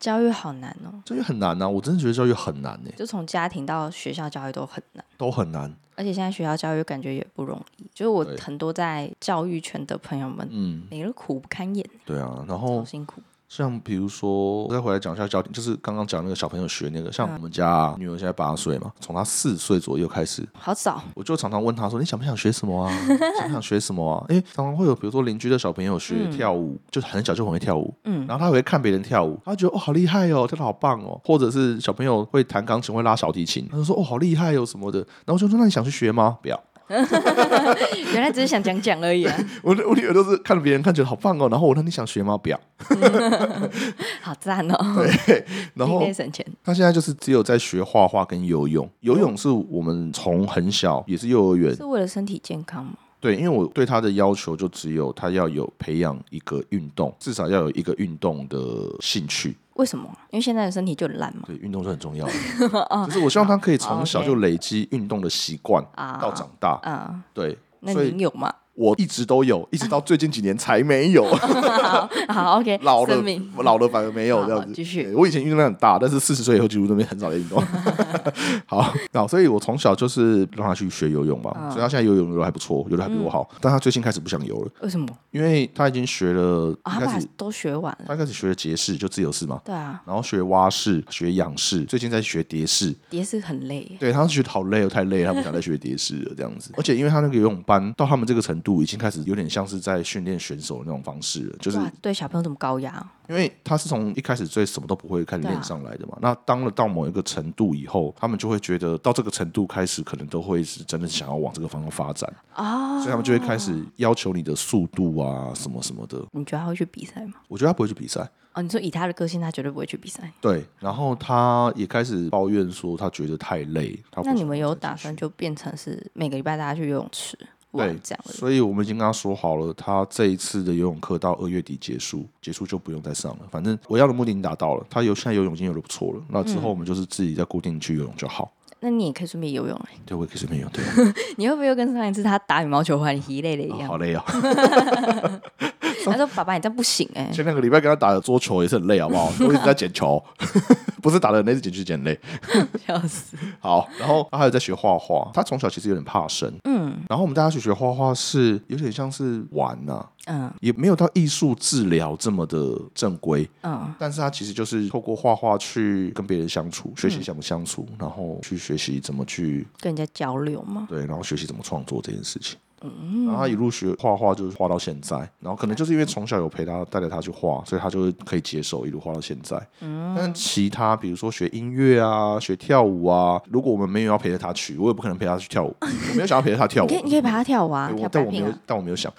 [SPEAKER 1] 教育好难哦，
[SPEAKER 2] 教育很难啊，我真的觉得教育很难呢、
[SPEAKER 1] 就从家庭到学校教育都很难。”
[SPEAKER 2] 都很难。
[SPEAKER 1] 而且现在学校教育感觉也不容易，就是我
[SPEAKER 2] 对
[SPEAKER 1] 很多在教育圈的朋友们，
[SPEAKER 2] 嗯，
[SPEAKER 1] 每个人苦不堪言，
[SPEAKER 2] 对啊，然
[SPEAKER 1] 好
[SPEAKER 2] 后
[SPEAKER 1] 辛苦。
[SPEAKER 2] 像比如说，我再回来讲一下家庭，就是刚刚讲那个小朋友学那个，像我们家、女儿现在八岁嘛，从她四岁左右开始，
[SPEAKER 1] 好早，
[SPEAKER 2] 我就常常问她说：“你想不想学什么啊？想不想学什么啊？”因为常常会有比如说邻居的小朋友学跳舞，就很小就很会跳舞，嗯，然后他会看别人跳舞，他觉得哦好厉害哦，跳的好棒哦，或者是小朋友会弹钢琴，会拉小提琴，他就说哦好厉害哦什么的，然后我就说那你想去学吗？不要。
[SPEAKER 1] 原来只是想讲讲而 已啊，
[SPEAKER 2] 我我女儿都是看别人看觉得好棒哦，然后我说你想学吗？不要。
[SPEAKER 1] 好赞哦，
[SPEAKER 2] 然
[SPEAKER 1] 你
[SPEAKER 2] 后
[SPEAKER 1] 可以省钱，
[SPEAKER 2] 他现在就是只有在学画画跟游泳，游泳是我们从很小也是幼儿园
[SPEAKER 1] 是为了身体健康吗？
[SPEAKER 2] 对，因为我对他的要求就只有他要有培养一个运动，至少要有一个运动的兴趣。
[SPEAKER 1] 为什么啊？因为现在的身体就很烂嘛，
[SPEAKER 2] 对，运动是 很重要的，
[SPEAKER 1] 哦
[SPEAKER 2] 就是我希望他可以从小就累积运动的习惯
[SPEAKER 1] 啊
[SPEAKER 2] 到长大。
[SPEAKER 1] 啊，
[SPEAKER 2] 对，
[SPEAKER 1] 那
[SPEAKER 2] 所以
[SPEAKER 1] 您有吗？
[SPEAKER 2] 我一直都有，一直到最近几年才没有，
[SPEAKER 1] 好，OK，
[SPEAKER 2] 老了
[SPEAKER 1] 生命
[SPEAKER 2] 老了反而没有
[SPEAKER 1] 好
[SPEAKER 2] 这样子。
[SPEAKER 1] 继续
[SPEAKER 2] 对我以前运动量很大，但是四十岁以后几乎都没很少在 运动。好，那所以我从小就是让他去学游泳嘛，
[SPEAKER 1] 嗯
[SPEAKER 2] 所以他现在游泳游的还不错，游的还比我好，但他最近开始不想游了，
[SPEAKER 1] 为什么
[SPEAKER 2] 因为他已经学了，
[SPEAKER 1] 啊？
[SPEAKER 2] 一
[SPEAKER 1] 他
[SPEAKER 2] 开
[SPEAKER 1] 把
[SPEAKER 2] 始
[SPEAKER 1] 都学完了，
[SPEAKER 2] 他一开始学了蝶式，就自由式嘛，
[SPEAKER 1] 对啊，
[SPEAKER 2] 然后学蛙式、学仰式，最近在学蝶式。
[SPEAKER 1] 也是很累耶，
[SPEAKER 2] 对，他是觉得好累哦，太累了，他不想再学蝶式了这样子。而且因为他那个游泳班到他们这个程度，已经开始有点像是在训练选手的那种方式了，就是
[SPEAKER 1] 哇，对小朋友这么高压哦，
[SPEAKER 2] 因为他是从一开始最什么都不会开始
[SPEAKER 1] 对啊
[SPEAKER 2] 练上来的嘛。那当了到某一个程度以后，他们就会觉得到这个程度开始，可能都会是真的想要往这个方向发展，
[SPEAKER 1] 啊
[SPEAKER 2] 所以他们就会开始要求你的速度啊什么什么的。
[SPEAKER 1] 你觉得他会去比赛吗？
[SPEAKER 2] 我觉得他不会去比赛，
[SPEAKER 1] 哦，你说以他的个性，他绝对不会去比赛。
[SPEAKER 2] 对。然后他也开始抱怨说他觉得太累，他不
[SPEAKER 1] 那你
[SPEAKER 2] 想
[SPEAKER 1] 们
[SPEAKER 2] 再
[SPEAKER 1] 有
[SPEAKER 2] 继
[SPEAKER 1] 打
[SPEAKER 2] 续
[SPEAKER 1] 算就变成是每个礼拜大家去游泳池
[SPEAKER 2] 对
[SPEAKER 1] 玩这样的？
[SPEAKER 2] 所以我们已经跟他说好了，他这一次的游泳课到二月底结束，结束就不用再上了。反正我要的目的已经达到了，他游现在游泳已经游的不错了。那之后
[SPEAKER 1] 嗯
[SPEAKER 2] 我们就是自己再固定去游泳就好。
[SPEAKER 1] 那你也可以顺便游泳哎、
[SPEAKER 2] 对，我也可以随便游，对啊，
[SPEAKER 1] 你会不会又跟上一次他打羽毛球玩一累的一
[SPEAKER 2] 啊
[SPEAKER 1] 样？
[SPEAKER 2] 好累哦。
[SPEAKER 1] 他说：“爸爸，你这样不行哎、
[SPEAKER 2] 前两个礼拜跟他打的桌球也是很累，好不好？我一直在捡球， 不是打的累，是捡去捡累。
[SPEAKER 1] 笑 死！
[SPEAKER 2] 好，然后他还有在学画画，他从小其实有点怕生，嗯。然后我们带他去学画画是有点像是玩啊呐、
[SPEAKER 1] 嗯
[SPEAKER 2] 也没有到艺术治疗这么的正规，
[SPEAKER 1] 嗯，
[SPEAKER 2] 但是他其实就是透过画画去跟别人相处，学习怎么相处，然后去学习怎么去
[SPEAKER 1] 跟人家交流嘛，
[SPEAKER 2] 对，然后学习怎么创作这件事情。嗯，然后他一路学画画，就是画到现在。然后可能就是因为从小有陪他带着他去画，所以他就可以接受一路画到现在。嗯，但其他比如说学音乐啊、学跳舞啊，如果我们没有要陪着他去，我也不可能陪他去跳舞。我没有想要陪着他跳舞
[SPEAKER 1] 你可，以你可以陪他跳舞啊，
[SPEAKER 2] 对
[SPEAKER 1] 跳
[SPEAKER 2] 哎我
[SPEAKER 1] b
[SPEAKER 2] 但
[SPEAKER 1] l
[SPEAKER 2] 我
[SPEAKER 1] a c
[SPEAKER 2] 没有
[SPEAKER 1] 啊，，
[SPEAKER 2] 但我没有想。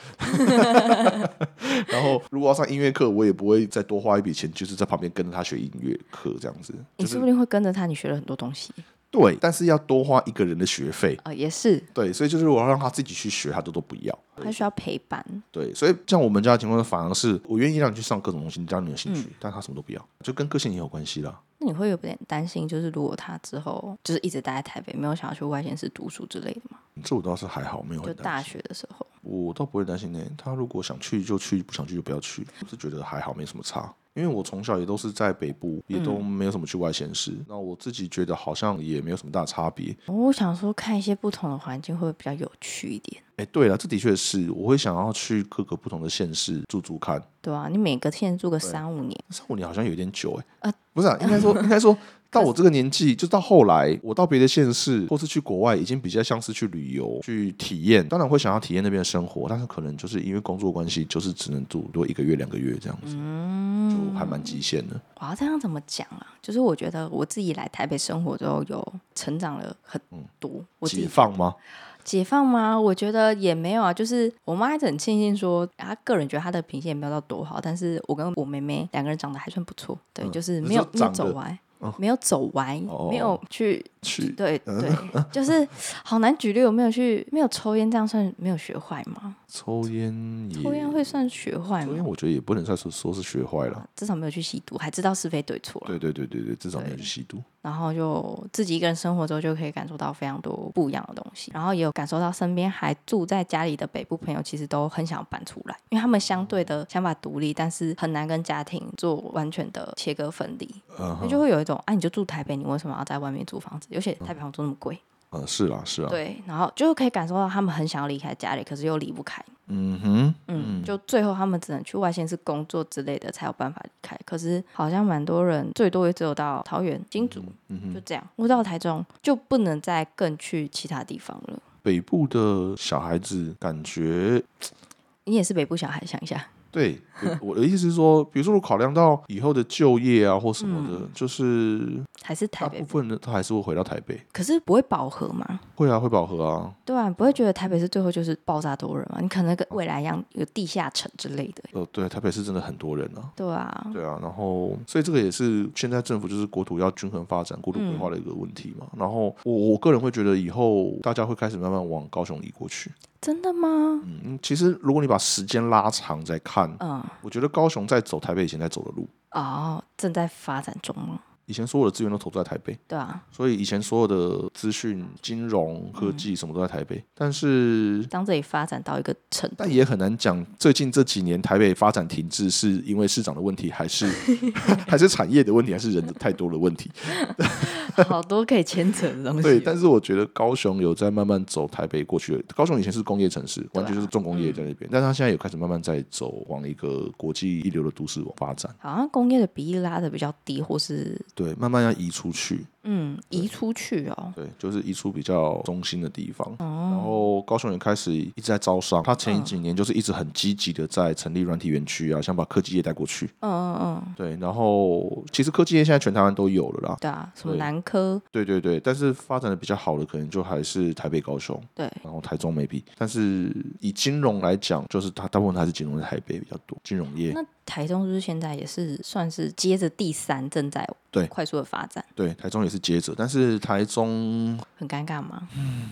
[SPEAKER 2] 然后如果要上音乐课，我也不会再多花一笔钱，就是在旁边跟着他学音乐课这样子。
[SPEAKER 1] 你说不定会跟着他，你学了很多东西
[SPEAKER 2] 对，但是要多花一个人的学费。
[SPEAKER 1] 哦，也是，
[SPEAKER 2] 对，所以就是我要让他自己去学，他都都不要。
[SPEAKER 1] 他需要陪伴，
[SPEAKER 2] 对，所以像我们家的情况，反而是我愿意让你去上各种东西，让你有兴趣，
[SPEAKER 1] 嗯
[SPEAKER 2] 但他什么都不要，就跟个性也有关系啦。
[SPEAKER 1] 那你会有点担心，就是如果他之后就是一直待在台北，没有想要去外县市读书之类的嘛？
[SPEAKER 2] 这我倒是还好，没有
[SPEAKER 1] 就
[SPEAKER 2] 很担
[SPEAKER 1] 大
[SPEAKER 2] 心，
[SPEAKER 1] 学的时候，
[SPEAKER 2] 我倒不会担心呢、他如果想去就去，不想去就不要去，我是觉得还好，没什么差。因为我从小也都是在北部，也都没有什么去外县市，那我自己觉得好像也没有什么大差别。
[SPEAKER 1] 哦我想说看一些不同的环境会比较有趣一点，
[SPEAKER 2] 哎，对了，这的确是，我会想要去各个不同的县市住住看。
[SPEAKER 1] 对啊，你每个县住个三五年，
[SPEAKER 2] 上五年好像有点久哎、
[SPEAKER 1] 呃
[SPEAKER 2] 不是、啊，应 该说应该说到我这个年纪，就到后来我到别的县市或是去国外，已经比较像是去旅游去体验，当然会想要体验那边的生活，但是可能就是因为工作关系，就是只能住多一个月两个月这样子，
[SPEAKER 1] 嗯
[SPEAKER 2] 就还蛮极限的。
[SPEAKER 1] 哇，这样怎么讲啊？就是我觉得我自己来台北生活之后，有成长了很多。我自
[SPEAKER 2] 嗯解
[SPEAKER 1] 己
[SPEAKER 2] 放吗？
[SPEAKER 1] 解放吗？我觉得也没有啊。就是我妈一直很庆幸说，啊她个人觉得她的品性也没有到多好，但是我跟我妹妹两个人长得还算不错。对，就是没有
[SPEAKER 2] 嗯你
[SPEAKER 1] 没有
[SPEAKER 2] 说长
[SPEAKER 1] 走
[SPEAKER 2] 得
[SPEAKER 1] 歪，没有走歪，
[SPEAKER 2] 哦嗯
[SPEAKER 1] 没有去
[SPEAKER 2] 去
[SPEAKER 1] 对对， 就是好难举例。有没有去没有抽烟？这样算没有学坏吗？
[SPEAKER 2] 抽烟也
[SPEAKER 1] 抽烟会算学坏
[SPEAKER 2] 抽
[SPEAKER 1] 吗
[SPEAKER 2] 烟？我觉得也不能算说说是学坏了。
[SPEAKER 1] 至少没有去吸毒，还知道是非对错了。
[SPEAKER 2] 对对对对对，至少没有去吸毒。
[SPEAKER 1] 然后就自己一个人生活之后，就可以感受到非常多不一样的东西，然后也有感受到身边还住在家里的北部朋友，其实都很想搬出来，因为他们相对的想法独立，但是很难跟家庭做完全的切割分离，
[SPEAKER 2] 嗯
[SPEAKER 1] 所以
[SPEAKER 2] 哼，
[SPEAKER 1] 就会有一种，啊，你就住台北，你为什么要在外面租房子？尤其台北房租那么贵，
[SPEAKER 2] 嗯，是啦是啦，
[SPEAKER 1] 对，然后就可以感受到他们很想要离开家里，可是又离不开，
[SPEAKER 2] 嗯哼，
[SPEAKER 1] 嗯，就最后他们只能去外县市工作之类的才有办法离开。可是好像蛮多人最多也只有到桃园、金竹，
[SPEAKER 2] 嗯
[SPEAKER 1] 就这样。我到台中就不能再更去其他地方了。
[SPEAKER 2] 北部的小孩子感觉
[SPEAKER 1] 你也是北部小孩，想一下，
[SPEAKER 2] 对， 我我的意思是说，比如说我考量到以后的就业啊或什么的，就是
[SPEAKER 1] 还是嗯台
[SPEAKER 2] 大
[SPEAKER 1] 北
[SPEAKER 2] 部，分人他还是会回到台北，
[SPEAKER 1] 可是不会饱和嘛？
[SPEAKER 2] 会啊，会饱和啊，
[SPEAKER 1] 对啊，你不会觉得台北是最后就是爆炸多人嘛？你可能跟未来一样有地下城之类的。
[SPEAKER 2] 呃，对，台北是真的很多人啊。
[SPEAKER 1] 对啊，
[SPEAKER 2] 对啊，然后所以这个也是现在政府就是国土要均衡发展、国土规划的一个问题嘛。
[SPEAKER 1] 嗯
[SPEAKER 2] 然后我我个人会觉得以后大家会开始慢慢往高雄移过去。
[SPEAKER 1] 真的吗？
[SPEAKER 2] 嗯，其实如果你把时间拉长再看，
[SPEAKER 1] 嗯，
[SPEAKER 2] 我觉得高雄在走台北以前在走的路。
[SPEAKER 1] 哦，正在发展中吗？
[SPEAKER 2] 以前所有的资源都投在台北，
[SPEAKER 1] 对啊，
[SPEAKER 2] 所以以前所有的资讯、金融、科技什么都在台北。但是，
[SPEAKER 1] 当这里发展到一个程 度，
[SPEAKER 2] 但也很难讲，最近这几年台北发展停滞，是因为市长的问题，还是 还是产业的问题，还是人太多的问题？
[SPEAKER 1] 好多可以牵扯的东西。哦
[SPEAKER 2] 对，但是我觉得高雄有在慢慢走台北过去的。高雄以前是工业城市，完全就是重工业在那边，但是它现在有开始慢慢在走往一个国际一流的都市往发展。
[SPEAKER 1] 好像工业的比例拉的比较低，或是
[SPEAKER 2] 对，慢慢要移出去，
[SPEAKER 1] 嗯移出去哦。
[SPEAKER 2] 对，就是移出比较中心的地方。然后高雄也开始一直在招商，它前几年就是一直很积极的在成立软体园区啊，想把科技业带过去。
[SPEAKER 1] 嗯嗯嗯，
[SPEAKER 2] 对，然后其实科技业现在全台湾都有了啦。
[SPEAKER 1] 对啊，什么
[SPEAKER 2] 对
[SPEAKER 1] 南科，
[SPEAKER 2] 对对对，但是发展的比较好的可能就还是台北、高雄。
[SPEAKER 1] 对，
[SPEAKER 2] 然后台中 maybe，但是以金融来讲，就是它大部分还是金融在台北比较多，金融业
[SPEAKER 1] 那台中是不是现在也是算是接着第三正在
[SPEAKER 2] 对
[SPEAKER 1] 快速的发展，
[SPEAKER 2] 对台中也是接着，但是台中
[SPEAKER 1] 很尴尬吗？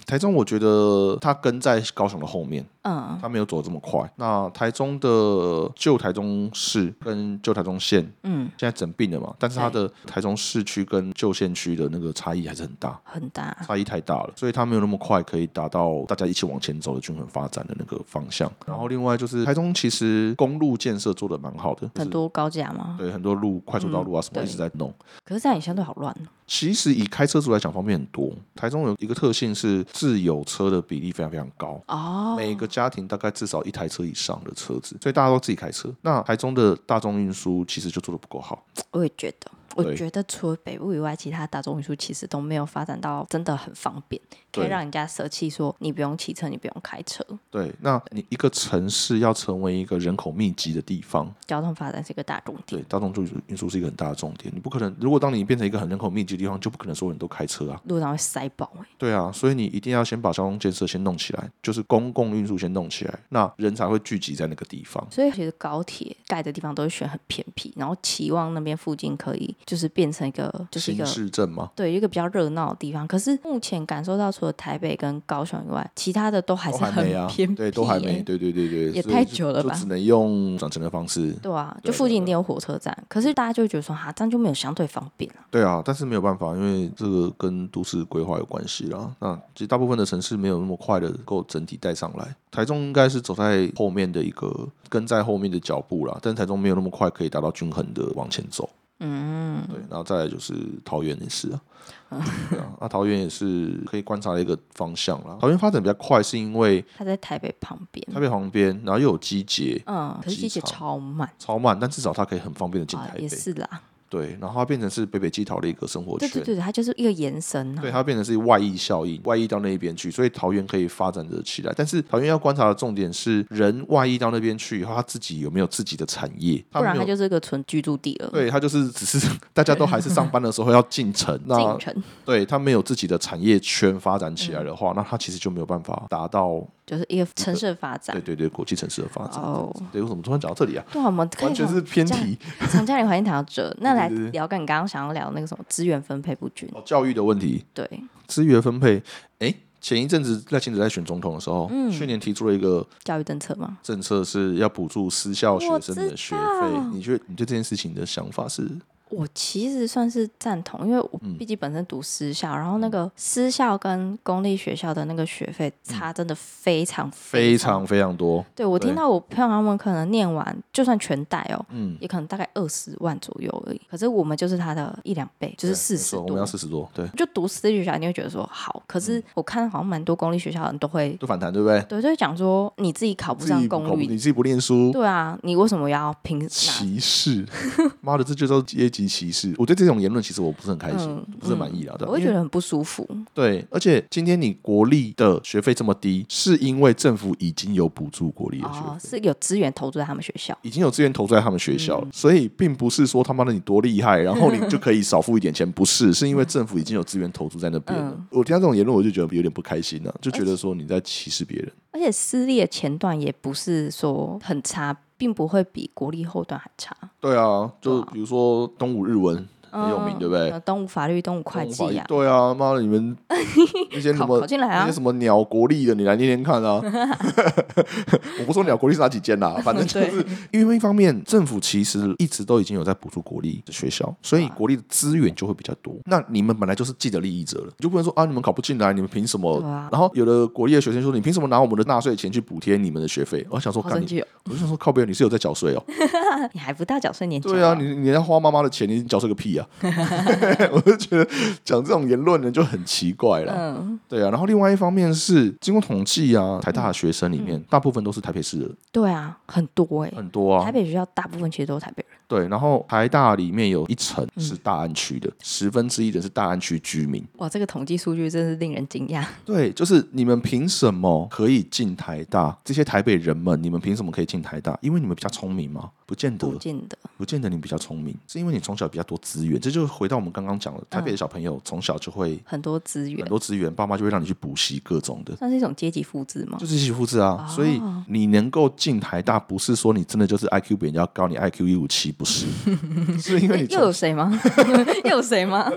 [SPEAKER 2] 台中我觉得它跟在高雄的后面，
[SPEAKER 1] 嗯，
[SPEAKER 2] 它没有走这么快。那台中的旧台中市跟旧台中县。
[SPEAKER 1] 嗯，
[SPEAKER 2] 现在整并了嘛，但是它的台中市区跟旧县区的那个差异还是很大，
[SPEAKER 1] 很大。
[SPEAKER 2] 差异太大了，所以它没有那么快可以达到大家一起往前走的均衡发展的那个方向。
[SPEAKER 1] 嗯
[SPEAKER 2] 然后另外就是台中其实公路建设做的蛮好的，就是
[SPEAKER 1] 很多嗯高架吗？
[SPEAKER 2] 对，很多路、快速道路啊什么
[SPEAKER 1] 对
[SPEAKER 2] 一直在弄。
[SPEAKER 1] 可是这样也相对好乱哦。
[SPEAKER 2] 其实以开车族来讲，方便很多。台中有一个特性是自有车的比例非常非常高。
[SPEAKER 1] 哦，
[SPEAKER 2] 每个家庭大概至少一台车以上的车子，所以大家都自己开车。那台中的大众运输其实就做的不够好，
[SPEAKER 1] 我也觉得，我
[SPEAKER 2] 对
[SPEAKER 1] 觉得除了北部以外，其他大众运输其实都没有发展到真的很方便，可以
[SPEAKER 2] 对
[SPEAKER 1] 让人家舍弃说你不用骑车，你不用开车。
[SPEAKER 2] 对，那你一个城市要成为一个人口密集的地方，
[SPEAKER 1] 交通发展是一个大重
[SPEAKER 2] 对
[SPEAKER 1] 点，
[SPEAKER 2] 大众运输运输是一个很大的重点。你不可能，如果当你变成一个很人口密集的地方，就不可能所有人都开车啊。
[SPEAKER 1] 路上会塞爆、欸。
[SPEAKER 2] 对啊，所以你一定要先把交通建设先弄起来，就是公共运输先弄起来，那人才会聚集在那个地方。
[SPEAKER 1] 所以其实高铁盖的地方都会选很偏僻，然后期望那边附近可以就是变成一个就是一
[SPEAKER 2] 新
[SPEAKER 1] 个
[SPEAKER 2] 市镇吗？
[SPEAKER 1] 对一个比较热闹的地方。可是目前感受到，除了台北跟高雄以外，其他的都还
[SPEAKER 2] 都
[SPEAKER 1] 是
[SPEAKER 2] 还
[SPEAKER 1] 很
[SPEAKER 2] 没啊，
[SPEAKER 1] 偏僻、
[SPEAKER 2] 对，都还没，
[SPEAKER 1] 欸。
[SPEAKER 2] 对对对对，
[SPEAKER 1] 也
[SPEAKER 2] 所以
[SPEAKER 1] 太
[SPEAKER 2] 就
[SPEAKER 1] 久了吧
[SPEAKER 2] 就只能用转乘的方式。
[SPEAKER 1] 对啊，
[SPEAKER 2] 对
[SPEAKER 1] 就
[SPEAKER 2] 对
[SPEAKER 1] 附近一定有火车站，可是大家就会觉得说，哈，啊这样就没有相对方便了。
[SPEAKER 2] 对啊，但是没有办法，因为这个跟都市规划有关系啦。那其实大部分的城市没有那么快的能够整体带上来，台中应该是走在后面的一个跟在后面的脚步啦，但台中没有那么快可以达到均衡的往前走。
[SPEAKER 1] 嗯，
[SPEAKER 2] 对，然后再来就是桃园也是啊，对啊，那桃园也是可以观察的一个方向啦。桃园发展比较快，是因为
[SPEAKER 1] 它在台北旁边，
[SPEAKER 2] 台北旁边，然后又有机捷，
[SPEAKER 1] 嗯，可是季节
[SPEAKER 2] 机场
[SPEAKER 1] 超慢
[SPEAKER 2] 超慢，但至少它可以很方便的进
[SPEAKER 1] 啊
[SPEAKER 2] 台，北。
[SPEAKER 1] 也是啦，
[SPEAKER 2] 对，然后它变成是北北基桃的一个生活
[SPEAKER 1] 对
[SPEAKER 2] 圈。
[SPEAKER 1] 对对，对它就是一个延伸啊
[SPEAKER 2] 对，。它变成是外溢效应，外溢到那一边去，所以桃园可以发展的起来。但是桃园要观察的重点是，人外溢到那边去以后，他自己有没有自己的产业？
[SPEAKER 1] 不然
[SPEAKER 2] 没
[SPEAKER 1] 它
[SPEAKER 2] 有。
[SPEAKER 1] 就是一个纯居住地了，
[SPEAKER 2] 对他就是只是大家都还是上班的时候要进城，那
[SPEAKER 1] 进城
[SPEAKER 2] 对他没有自己的产业圈发展起来的话，那他其实就没有办法 达到
[SPEAKER 1] 就是一个城市的发展
[SPEAKER 2] 对。对对国际城市的发展。
[SPEAKER 1] 哦，
[SPEAKER 2] 对，为什么突然讲到这里啊？
[SPEAKER 1] 对啊，我们可以
[SPEAKER 2] 完全
[SPEAKER 1] 从
[SPEAKER 2] 是偏
[SPEAKER 1] 这样
[SPEAKER 2] 题
[SPEAKER 1] 从家里环境谈到 这，那来
[SPEAKER 2] 对对对
[SPEAKER 1] 聊跟你刚刚想要聊那个什么资源分配不均，
[SPEAKER 2] 哦，教育的问题。
[SPEAKER 1] 对，
[SPEAKER 2] 资源分配，哎，前一阵子赖清德在选总统的时候，
[SPEAKER 1] 嗯
[SPEAKER 2] 去年提出了一个
[SPEAKER 1] 教育政策嘛，
[SPEAKER 2] 政策是要补助私校学生的学
[SPEAKER 1] 我知
[SPEAKER 2] 费
[SPEAKER 1] 道，
[SPEAKER 2] 你觉得你对这件事情的想法是？
[SPEAKER 1] 我其实算是赞同，因为我毕竟本身读私校，然后那个私校跟公立学校的那个学费差真的嗯非常
[SPEAKER 2] 非
[SPEAKER 1] 常。
[SPEAKER 2] 常非常多，
[SPEAKER 1] 对我听
[SPEAKER 2] 对
[SPEAKER 1] 到我朋友他们可能念完，就算全带哦，
[SPEAKER 2] 嗯，
[SPEAKER 1] 也可能大概二十万左右而已。可是我们就是他的一两倍，就是
[SPEAKER 2] 对
[SPEAKER 1] 四
[SPEAKER 2] 没
[SPEAKER 1] 十嗯
[SPEAKER 2] 错我
[SPEAKER 1] 多
[SPEAKER 2] 们。要四十多，对，
[SPEAKER 1] 就读私立学校，你会觉得说好，可是我看好像蛮多公立学校的人都会，
[SPEAKER 2] 就反弹，对不对？
[SPEAKER 1] 对，就会讲说你自己考不
[SPEAKER 2] 自
[SPEAKER 1] 上
[SPEAKER 2] 己
[SPEAKER 1] 公
[SPEAKER 2] 你
[SPEAKER 1] 立，
[SPEAKER 2] 自己不念书，
[SPEAKER 1] 对啊，你为什么要凭拿？
[SPEAKER 2] 歧视， 妈的，这就叫阶级歧视。我对这种言论其实我不是很开心，
[SPEAKER 1] 嗯
[SPEAKER 2] 不是很满意啦。对吧
[SPEAKER 1] 我会
[SPEAKER 2] 啊因
[SPEAKER 1] 觉
[SPEAKER 2] 为
[SPEAKER 1] 得很不舒服。
[SPEAKER 2] 对，而且今天你国立的学费这么低，是因为政府已经有补助国立的学费。
[SPEAKER 1] 哦，是有资源投注在他们学校。
[SPEAKER 2] 已经有资源投在他们学校
[SPEAKER 1] 嗯
[SPEAKER 2] 了，所以并不是说他妈的你多厉害，然 后你就可以少付一点钱，不是，是因为政府已经有资源投注在那边了。
[SPEAKER 1] 嗯
[SPEAKER 2] 我听到这种言论，我就觉得有点不开心了、就觉得说你在歧视别人。
[SPEAKER 1] 而且私立的前段也不是说很差，并不会比国立后段还差。
[SPEAKER 2] 对啊，就
[SPEAKER 1] 对啊
[SPEAKER 2] 比如说东吴日文很有名，对不对？
[SPEAKER 1] 呃东吴法律、东吴会计呀、
[SPEAKER 2] 对啊，妈的，你们那些什
[SPEAKER 1] 考
[SPEAKER 2] 么
[SPEAKER 1] 考进来
[SPEAKER 2] 那
[SPEAKER 1] 啊
[SPEAKER 2] 些。什么鸟国立的，你来念念 看啊！我不说鸟国立是哪几间啦，反正就是
[SPEAKER 1] 对
[SPEAKER 2] 因为一方面政府其实一直都已经有在补助国立的学校，所以
[SPEAKER 1] 啊
[SPEAKER 2] 国立的资源就会比较多。那你们本来就是既得利益者了，你就不能说啊，你们考不进来，你们凭什么
[SPEAKER 1] 对啊？
[SPEAKER 2] 然后有的国立的学生说，你凭什么拿我们的纳税钱去补贴你们的学费？我想说，
[SPEAKER 1] 好
[SPEAKER 2] 看
[SPEAKER 1] 生
[SPEAKER 2] 你，
[SPEAKER 1] 气哦！
[SPEAKER 2] 我就想说，靠边，你是有在缴 税哦。
[SPEAKER 1] 你还不到缴税年纪、
[SPEAKER 2] 对啊，你你要花妈妈的钱，你缴这个 屁啊！ 我就觉得讲这种言论呢就很奇怪了。
[SPEAKER 1] 嗯，
[SPEAKER 2] 对啊，然后另外一方面是，经过统计啊，台大的学生里面、
[SPEAKER 1] 嗯
[SPEAKER 2] 大部分都是台北市的，
[SPEAKER 1] 对啊，很多哎、
[SPEAKER 2] 很多啊
[SPEAKER 1] 台。北学校大部分其实都是台北人，
[SPEAKER 2] 对，然后台大里面有一成
[SPEAKER 1] 嗯
[SPEAKER 2] 是大安区的，十分之一的是大安区居民。
[SPEAKER 1] 哇，这个统计数据真是令人惊讶。
[SPEAKER 2] 对，就是你们凭什么可以进台大？这些台北人们，你们凭什么可以进台大？因为你们比较聪明吗？不见得
[SPEAKER 1] 不，见得，
[SPEAKER 2] 不见得你比较聪明，是因为你从小比较多资源。这就回到我们刚刚讲的，
[SPEAKER 1] 嗯
[SPEAKER 2] 台北的小朋友从小就会
[SPEAKER 1] 很多资源
[SPEAKER 2] 很，多资源，爸妈就会让你去补习各种的。
[SPEAKER 1] 算是一种阶级复制吗？
[SPEAKER 2] 就是一起复制
[SPEAKER 1] 哦
[SPEAKER 2] 啊，所以你能够进台大，不是说你真的就是 IQ 比人家高，你 IQ 一五七不 是，是因为你
[SPEAKER 1] 又
[SPEAKER 2] 从
[SPEAKER 1] 有谁吗？ 又有谁吗？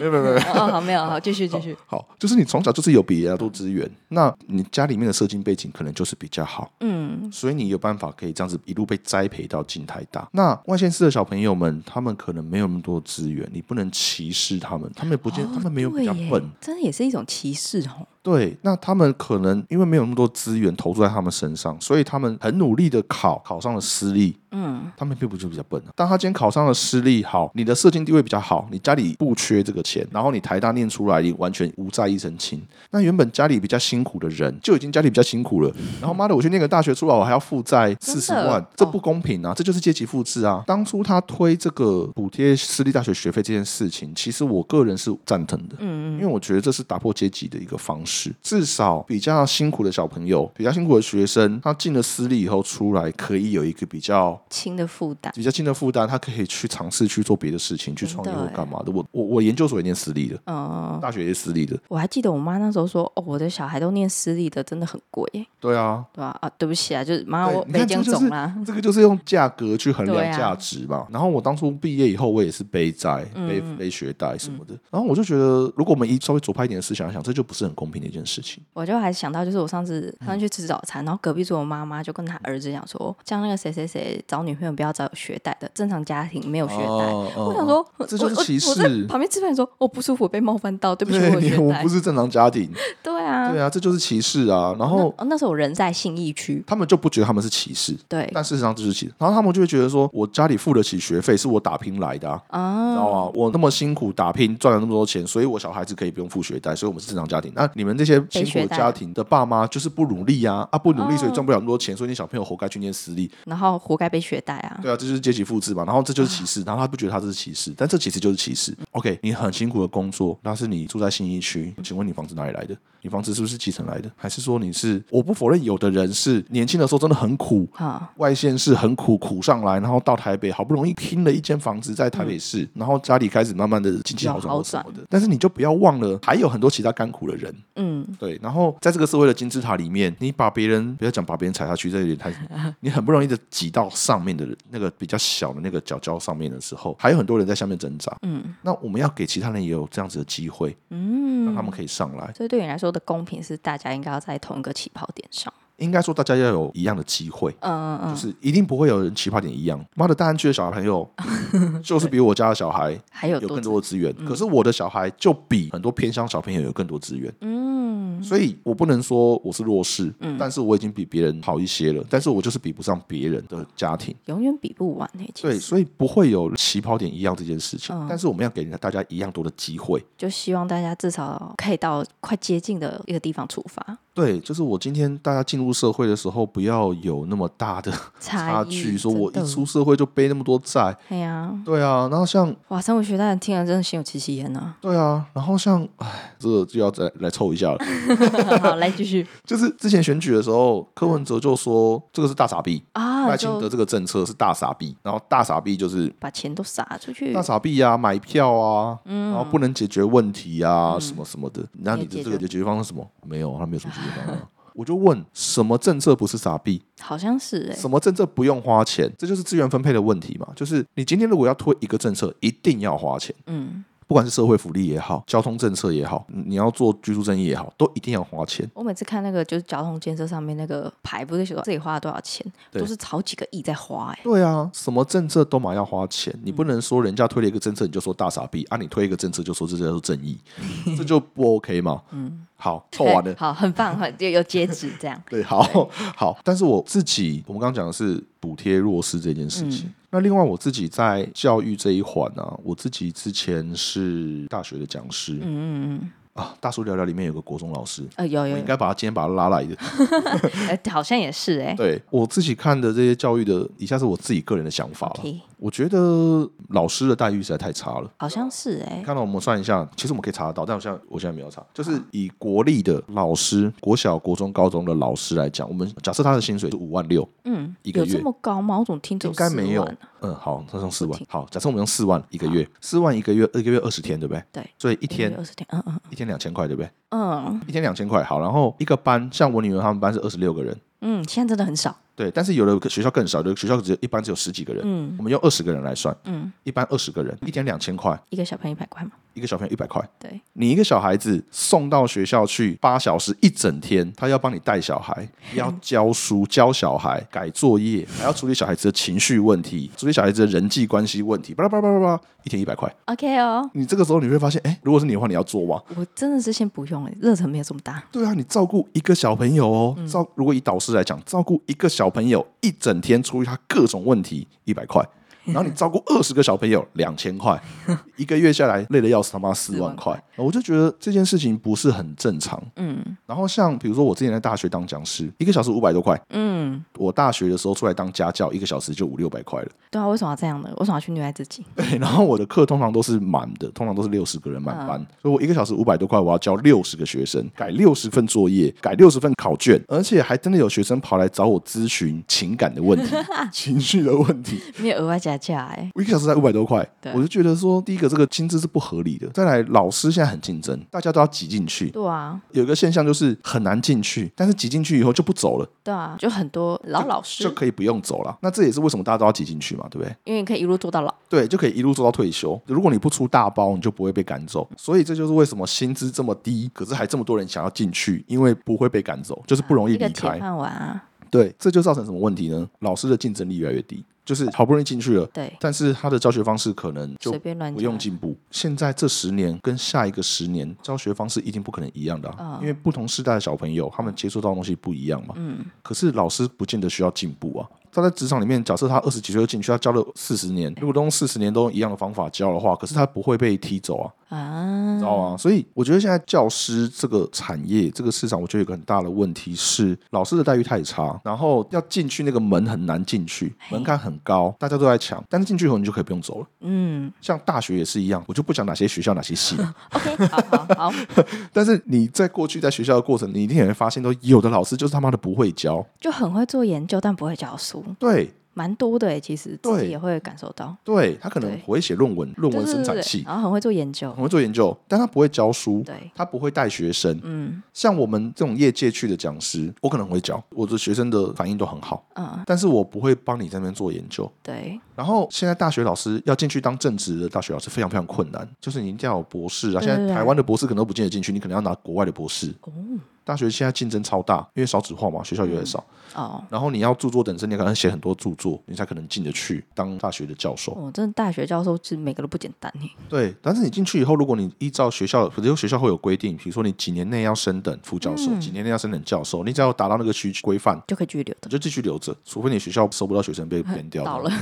[SPEAKER 2] 没有没有没有没有
[SPEAKER 1] 哦，好，没有，好，继续继续。
[SPEAKER 2] 好，就是你从小就是有比人家多资源，那你家里面的社经背景可能就是比较好，
[SPEAKER 1] 嗯，
[SPEAKER 2] 所以你有办法可以这样子一路被栽培到进台大。那外县市的小朋友们，他们可能没有那么多资源，你不能歧视他们，他们不见、
[SPEAKER 1] 哦
[SPEAKER 2] 他们没有比较
[SPEAKER 1] 对耶
[SPEAKER 2] 笨，
[SPEAKER 1] 真的也是一种歧视哦。
[SPEAKER 2] 对，那他们可能因为没有那么多资源投注在他们身上，所以他们很努力的考，考上了私立。嗯，他们并不是比较笨、啊。当他今天考上了私立，好，你的社经地位比较好，你家里不缺这个钱，然后你台大念出来，你完全无债一身轻。那原本家里比较辛苦的人，就已经家里比较辛苦了，然后妈的，我去念个大学出来，我还要负债四十万
[SPEAKER 1] 哦，
[SPEAKER 2] 这不公平啊！这就是阶级复制啊！当初他推这个补贴私立大学学费这件事情，其实我个人是赞成的。因为我觉得这是打破阶级的一个方式。至少比较辛苦的小朋友，比较辛苦的学生，他进了私立以后出来，可以有一个比较
[SPEAKER 1] 轻的负担，
[SPEAKER 2] 比较轻的负担，他可以去尝试去做别的事情，去
[SPEAKER 1] 真
[SPEAKER 2] 创
[SPEAKER 1] 的
[SPEAKER 2] 业或
[SPEAKER 1] 欸
[SPEAKER 2] 干嘛的。我我我研究所也念私立的，
[SPEAKER 1] 嗯。
[SPEAKER 2] 大学也是私立的。
[SPEAKER 1] 我还记得我妈那时候说：“哦，我的小孩都念私立的，真的很贵耶，
[SPEAKER 2] 对啊，
[SPEAKER 1] 对吧、啊？对不起啊，就是妈，
[SPEAKER 2] 对
[SPEAKER 1] 我
[SPEAKER 2] 你看
[SPEAKER 1] 北京
[SPEAKER 2] 这就是
[SPEAKER 1] 总啦，
[SPEAKER 2] 这个就是用价格去衡
[SPEAKER 1] 对
[SPEAKER 2] 量
[SPEAKER 1] 啊
[SPEAKER 2] 价值嘛。然后我当初毕业以后，我也是背债、背
[SPEAKER 1] 嗯
[SPEAKER 2] 背学贷什么的。然后我就觉得，如果我们一稍微左派一点的思想来想，这就不是很公平的一件事情。
[SPEAKER 1] 我就还想到，就是我上次上次去吃早餐，然后
[SPEAKER 2] 嗯
[SPEAKER 1] 隔壁桌我妈妈就跟她儿子讲说，像那个谁谁谁找女朋友不要找有学贷的，正常家庭没有学贷。
[SPEAKER 2] 哦哦
[SPEAKER 1] 我想说，
[SPEAKER 2] 哦
[SPEAKER 1] 我
[SPEAKER 2] 这就是
[SPEAKER 1] 我
[SPEAKER 2] 歧视
[SPEAKER 1] 我在旁边吃饭说，我哦不舒服，被冒犯到，对不起，我有
[SPEAKER 2] 你
[SPEAKER 1] 学
[SPEAKER 2] 我
[SPEAKER 1] 贷
[SPEAKER 2] 不。是正常家庭，
[SPEAKER 1] 对啊，
[SPEAKER 2] 对啊，这就是歧视啊。然后
[SPEAKER 1] 那哦那时候我人在信义区，
[SPEAKER 2] 他们就不觉得他们是歧视，
[SPEAKER 1] 对
[SPEAKER 2] 但事实上这是歧视。然后他们就会觉得说，我家里付得起学费，是我打拼来的、啊，
[SPEAKER 1] 啊，
[SPEAKER 2] 知道吗？我那么辛苦打拼赚了那么多钱，所以我小孩子可以不用付学贷，所以我们是正常家庭。那你们这些辛苦的家庭的爸妈就是不努力啊，啊不努力，所以赚不了那么多钱，所以你小朋友活该去念私立，
[SPEAKER 1] 然后活该被学贷啊。
[SPEAKER 2] 对啊，这就是阶级复制嘛。然后这就是歧视，然后他不觉得他这是歧视，但这其实就是歧视。OK，你很辛苦的工作，但是你住在信义区，请问你房子哪里来的？你房子是不是继承来的？还是说你是？我不否认有的人是年轻的时候真的很苦，
[SPEAKER 1] 啊，
[SPEAKER 2] 外县市很苦苦上来，然后到台北好不容易拼了一间房子在台北市，然后家里开始慢慢的经济好转
[SPEAKER 1] 有
[SPEAKER 2] 或
[SPEAKER 1] 好
[SPEAKER 2] 什
[SPEAKER 1] 转
[SPEAKER 2] 么的。但是你就不要忘了，还有很多其他甘苦的人。
[SPEAKER 1] 嗯，
[SPEAKER 2] 对，然后在这个社会的金字塔里面，你把别人不要讲把别人踩下去，这有点太，你很不容易的挤到上面的人那个比较小的那个角角上面的时候，还有很多人在下面挣扎。嗯，那我们要给其他人也有这样子的机会，嗯，让他们可以上来。
[SPEAKER 1] 所以对你来说的公平是大家应该要在同一个起跑点上。
[SPEAKER 2] 应该说大家要有一样的机会，
[SPEAKER 1] 嗯嗯
[SPEAKER 2] 就是一定不会有人起跑点一样。妈的，大安区的小 朋友就是比我家的小孩
[SPEAKER 1] 还有
[SPEAKER 2] 有
[SPEAKER 1] 多嗯
[SPEAKER 2] 更
[SPEAKER 1] 子
[SPEAKER 2] 多的资源，可是我的小孩就比很多偏乡小朋友有更多资源，
[SPEAKER 1] 嗯
[SPEAKER 2] 所以我不能说我是弱势，但是我已经比别人好一些了，但是我就是比不上别人的家庭。
[SPEAKER 1] 永远比不完诶、其
[SPEAKER 2] 对，
[SPEAKER 1] 实
[SPEAKER 2] 所以不会有起跑点一样这件事情，
[SPEAKER 1] 嗯
[SPEAKER 2] 但是我们要给人家大家一样多的机会。
[SPEAKER 1] 就希望大家至少可以到快接近的一个地方出发，
[SPEAKER 2] 对，就是我今天大家进入社会的时候，不要有那么大的 差
[SPEAKER 1] 异
[SPEAKER 2] 距，说我
[SPEAKER 1] 真
[SPEAKER 2] 一
[SPEAKER 1] 的
[SPEAKER 2] 出社会就背那么多债。
[SPEAKER 1] 哎呀，
[SPEAKER 2] 对啊，然后像。
[SPEAKER 1] 哇，生物学大人听了真的心有戚戚焉呢
[SPEAKER 2] 对啊，然后像哎，这个就要再来凑一下了。
[SPEAKER 1] 好，来继续
[SPEAKER 2] 就是之前选举的时候，柯文哲就说这个是大傻逼，
[SPEAKER 1] 啊，
[SPEAKER 2] 赖清德
[SPEAKER 1] 就
[SPEAKER 2] 这个政策是大傻逼，然后大傻逼就是
[SPEAKER 1] 把钱都撒出去
[SPEAKER 2] 大，傻逼啊，买票啊，然后不能解决问题啊，什么什么的。那你的这个解决方案是什么？没有，他没有什么解决方案。我就问，什么政策不是傻逼？
[SPEAKER 1] 好像是哎、
[SPEAKER 2] 什么政策不用花钱？这就是资源分配的问题嘛。就是你今天如果要推一个政策，一定要花钱，
[SPEAKER 1] 嗯，
[SPEAKER 2] 不管是社会福利也好，交通政策也好，你要做居住正义也好，都一定要花钱。
[SPEAKER 1] 我每次看那个就是交通建设上面那个牌，不是写到自己花了多少钱，
[SPEAKER 2] 对
[SPEAKER 1] 都是好几个亿在花哎、
[SPEAKER 2] 对啊，什么政策都嘛要花钱，你不能说人家推了一个政策你就说大傻逼啊，你推一个政策就说这叫做正义，这就不 OK 嘛。嗯，好，凑完了。
[SPEAKER 1] 对。好，很棒，很有有截止这样
[SPEAKER 2] 对，好好，但是我自己，我们刚刚讲的是补贴弱势这件事情。
[SPEAKER 1] 嗯
[SPEAKER 2] 那另外我自己在教育这一环啊，我自己之前是大学的讲师、
[SPEAKER 1] 嗯嗯嗯，
[SPEAKER 2] 啊，大叔聊聊里面有个国中老师，
[SPEAKER 1] 呃，有
[SPEAKER 2] 我
[SPEAKER 1] 有
[SPEAKER 2] 应
[SPEAKER 1] 有，
[SPEAKER 2] 该把他今天把他拉来的。
[SPEAKER 1] 呃，好像也是哎、
[SPEAKER 2] 对我自己看的这些教育的，以下是我自己个人的想法了。
[SPEAKER 1] OK，
[SPEAKER 2] 我觉得老师的待遇实在太差了。
[SPEAKER 1] 好像是哎、
[SPEAKER 2] 看到我们算一下，其实我们可以查得到，但我现在我现在没有查。就是以国立的老师，国小、国中、高中的老师来讲，我们假设他的薪水是五万六，
[SPEAKER 1] 嗯，
[SPEAKER 2] 一个
[SPEAKER 1] 有
[SPEAKER 2] 月
[SPEAKER 1] 这么高吗？我怎么听只
[SPEAKER 2] 应
[SPEAKER 1] 有
[SPEAKER 2] 该没有
[SPEAKER 1] 10万啊。
[SPEAKER 2] 嗯，好，他用四万
[SPEAKER 1] 听。
[SPEAKER 2] 好，假设我们用四万一个月，四万一个月，一个月二十天，对不对？
[SPEAKER 1] 对，
[SPEAKER 2] 所以一天
[SPEAKER 1] 二十天，嗯嗯
[SPEAKER 2] 一天两千块，对不对？
[SPEAKER 1] 嗯
[SPEAKER 2] 一天两千块，好，然后一个班，像我女儿他们班是二十六个人，
[SPEAKER 1] 嗯，现在真的很少，
[SPEAKER 2] 对，但是有的学校更少，有的学校只有一班只有十几个人，
[SPEAKER 1] 嗯
[SPEAKER 2] 我们用二十个人来算，
[SPEAKER 1] 嗯，
[SPEAKER 2] 一班二十个人，一天两千块，
[SPEAKER 1] 一个小朋友一百块嘛，
[SPEAKER 2] 一个小朋友一百块，
[SPEAKER 1] 对，
[SPEAKER 2] 你一个小孩子送到学校去八小时一整天，他要帮你带小孩，要教书、教小孩、改作业，还要处理小孩子的情绪问题，处理小孩子的人际关系问题，巴拉巴拉巴拉巴拉，一天一百块。
[SPEAKER 1] OK 哦，
[SPEAKER 2] 你这个时候你会发现，哎，如果是你的话，你要做吗？
[SPEAKER 1] 我真的是先不用哎、热忱没有这么大，
[SPEAKER 2] 对啊，你照顾一个小朋友哦，照如果以导师来讲，照顾一个小朋友一整天，处理他各种问题，一百块。然后你照 顾二十个小朋友，两千块，一个月下来累得要死，他妈四万块。我就觉得这件事情不是很正常。
[SPEAKER 1] 嗯
[SPEAKER 2] 然后像比如说我之前在大学当讲师，一个小时五百多块。
[SPEAKER 1] 嗯，
[SPEAKER 2] 我大学的时候出来当家教，一个小时就五六百块了。
[SPEAKER 1] 对啊，为什么要这样呢？为什么要去虐待自己？
[SPEAKER 2] 对， 然后我的课通常都是满的，通常都是六十个人满
[SPEAKER 1] 嗯
[SPEAKER 2] 班，所以我一个小时五百多块，我要教六十个学生，改六十份作业，改六十份考卷，而且还真的有学生跑来找我咨询情感的问 题、情绪的问题。
[SPEAKER 1] 没有额外加价哎、
[SPEAKER 2] 我一个小时才五百多块，
[SPEAKER 1] 对
[SPEAKER 2] 我就觉得说，第一个这个薪资是不合理的，再来老师现在很竞争，大家都要挤进去。
[SPEAKER 1] 对啊
[SPEAKER 2] 有一个现象就是很难进去，但是挤进去以后就不走了。
[SPEAKER 1] 对啊，就很多老老
[SPEAKER 2] 就
[SPEAKER 1] 师，
[SPEAKER 2] 可以不用走了。那这也是为什么大家都要挤进去嘛，对不对？
[SPEAKER 1] 因为你可以一路做到老，
[SPEAKER 2] 对，就可以一路做到退休。如果你不出大包，你就不会被赶走。所以这就是为什么薪资这么低，可是还这么多人想要进去，因为不会被赶走，就是不容易
[SPEAKER 1] 一
[SPEAKER 2] 离
[SPEAKER 1] 个铁
[SPEAKER 2] 开。
[SPEAKER 1] 饭碗啊，
[SPEAKER 2] 对，这就造成什么问题呢？老师的竞争力越来越低，就是好不容易进去了。
[SPEAKER 1] 对，
[SPEAKER 2] 但是他的教学方式可能就
[SPEAKER 1] 随便乱
[SPEAKER 2] 不用
[SPEAKER 1] 加
[SPEAKER 2] 进步。现在这十年跟下一个十年教学方式一定不可能一样的
[SPEAKER 1] 嗯
[SPEAKER 2] 啊、因为不同时代的小朋友他们接触到的东西不一样嘛。嗯，可是老师不见得需要进步啊。他在职场里面，假设他二十几岁就进去，他教了四十年，如果都用四十年都用一样的方法教的话，可是他不会被踢走啊，
[SPEAKER 1] 啊
[SPEAKER 2] 知，道吗？所以我觉得现在教师这个产业、这个市场，我觉得有个很大的问题是老师的待遇太差，然后要进去那个门很难进去，门槛很高，大家都在抢，但是进去以后你就可以不用走了。
[SPEAKER 1] 嗯
[SPEAKER 2] 像大学也是一样，我就不讲哪些学校哪些系了，
[SPEAKER 1] ，OK，好好好，
[SPEAKER 2] 但是你在过去在学校的过程，你一定也会发现，都有的老师就是他妈的不会教，
[SPEAKER 1] 就很会做研究，但不会教书，
[SPEAKER 2] 对
[SPEAKER 1] 蛮多的哎、其实自
[SPEAKER 2] 对
[SPEAKER 1] 己也会感受到，
[SPEAKER 2] 对，他可能
[SPEAKER 1] 对
[SPEAKER 2] 不会写论文，论
[SPEAKER 1] 对
[SPEAKER 2] 文
[SPEAKER 1] 对
[SPEAKER 2] 生
[SPEAKER 1] 对
[SPEAKER 2] 产
[SPEAKER 1] 对
[SPEAKER 2] 系，哦
[SPEAKER 1] 然后很会做研究，
[SPEAKER 2] 很会做研究，但他不会教书，
[SPEAKER 1] 对，
[SPEAKER 2] 他不会带学生。
[SPEAKER 1] 嗯
[SPEAKER 2] 像我们这种业界去的讲师，我可能会教，我的学生的反应都很好，
[SPEAKER 1] 嗯，
[SPEAKER 2] 但是我不会帮你在那边做研究。
[SPEAKER 1] 对，
[SPEAKER 2] 然后现在大学老师要进去当正职的大学老师非常非常困难，就是你一定要有博士啊。
[SPEAKER 1] 对
[SPEAKER 2] 现在
[SPEAKER 1] 对对
[SPEAKER 2] 台湾的博士可能都不见得进去，你可能要拿国外的博士。
[SPEAKER 1] 哦，
[SPEAKER 2] 但大学现在竞争超大，因为少子化嘛，学校越来越少，
[SPEAKER 1] 哦，
[SPEAKER 2] 然后你要著作等身，你可能写很多著作，你才可能进得去当大学的教授。
[SPEAKER 1] 我真的大学教授是每个都不简单耶
[SPEAKER 2] 对，但是你进去以后，如果你依照学校，比如学校会有规定，比如说你几年内要升等副教
[SPEAKER 1] 嗯
[SPEAKER 2] 授，几年内要升等教授，你只要达到那个需规范，
[SPEAKER 1] 就可以继续留的
[SPEAKER 2] 你，就继续留着，除非你学校收不到学 生被编掉
[SPEAKER 1] 到
[SPEAKER 2] 的
[SPEAKER 1] 了。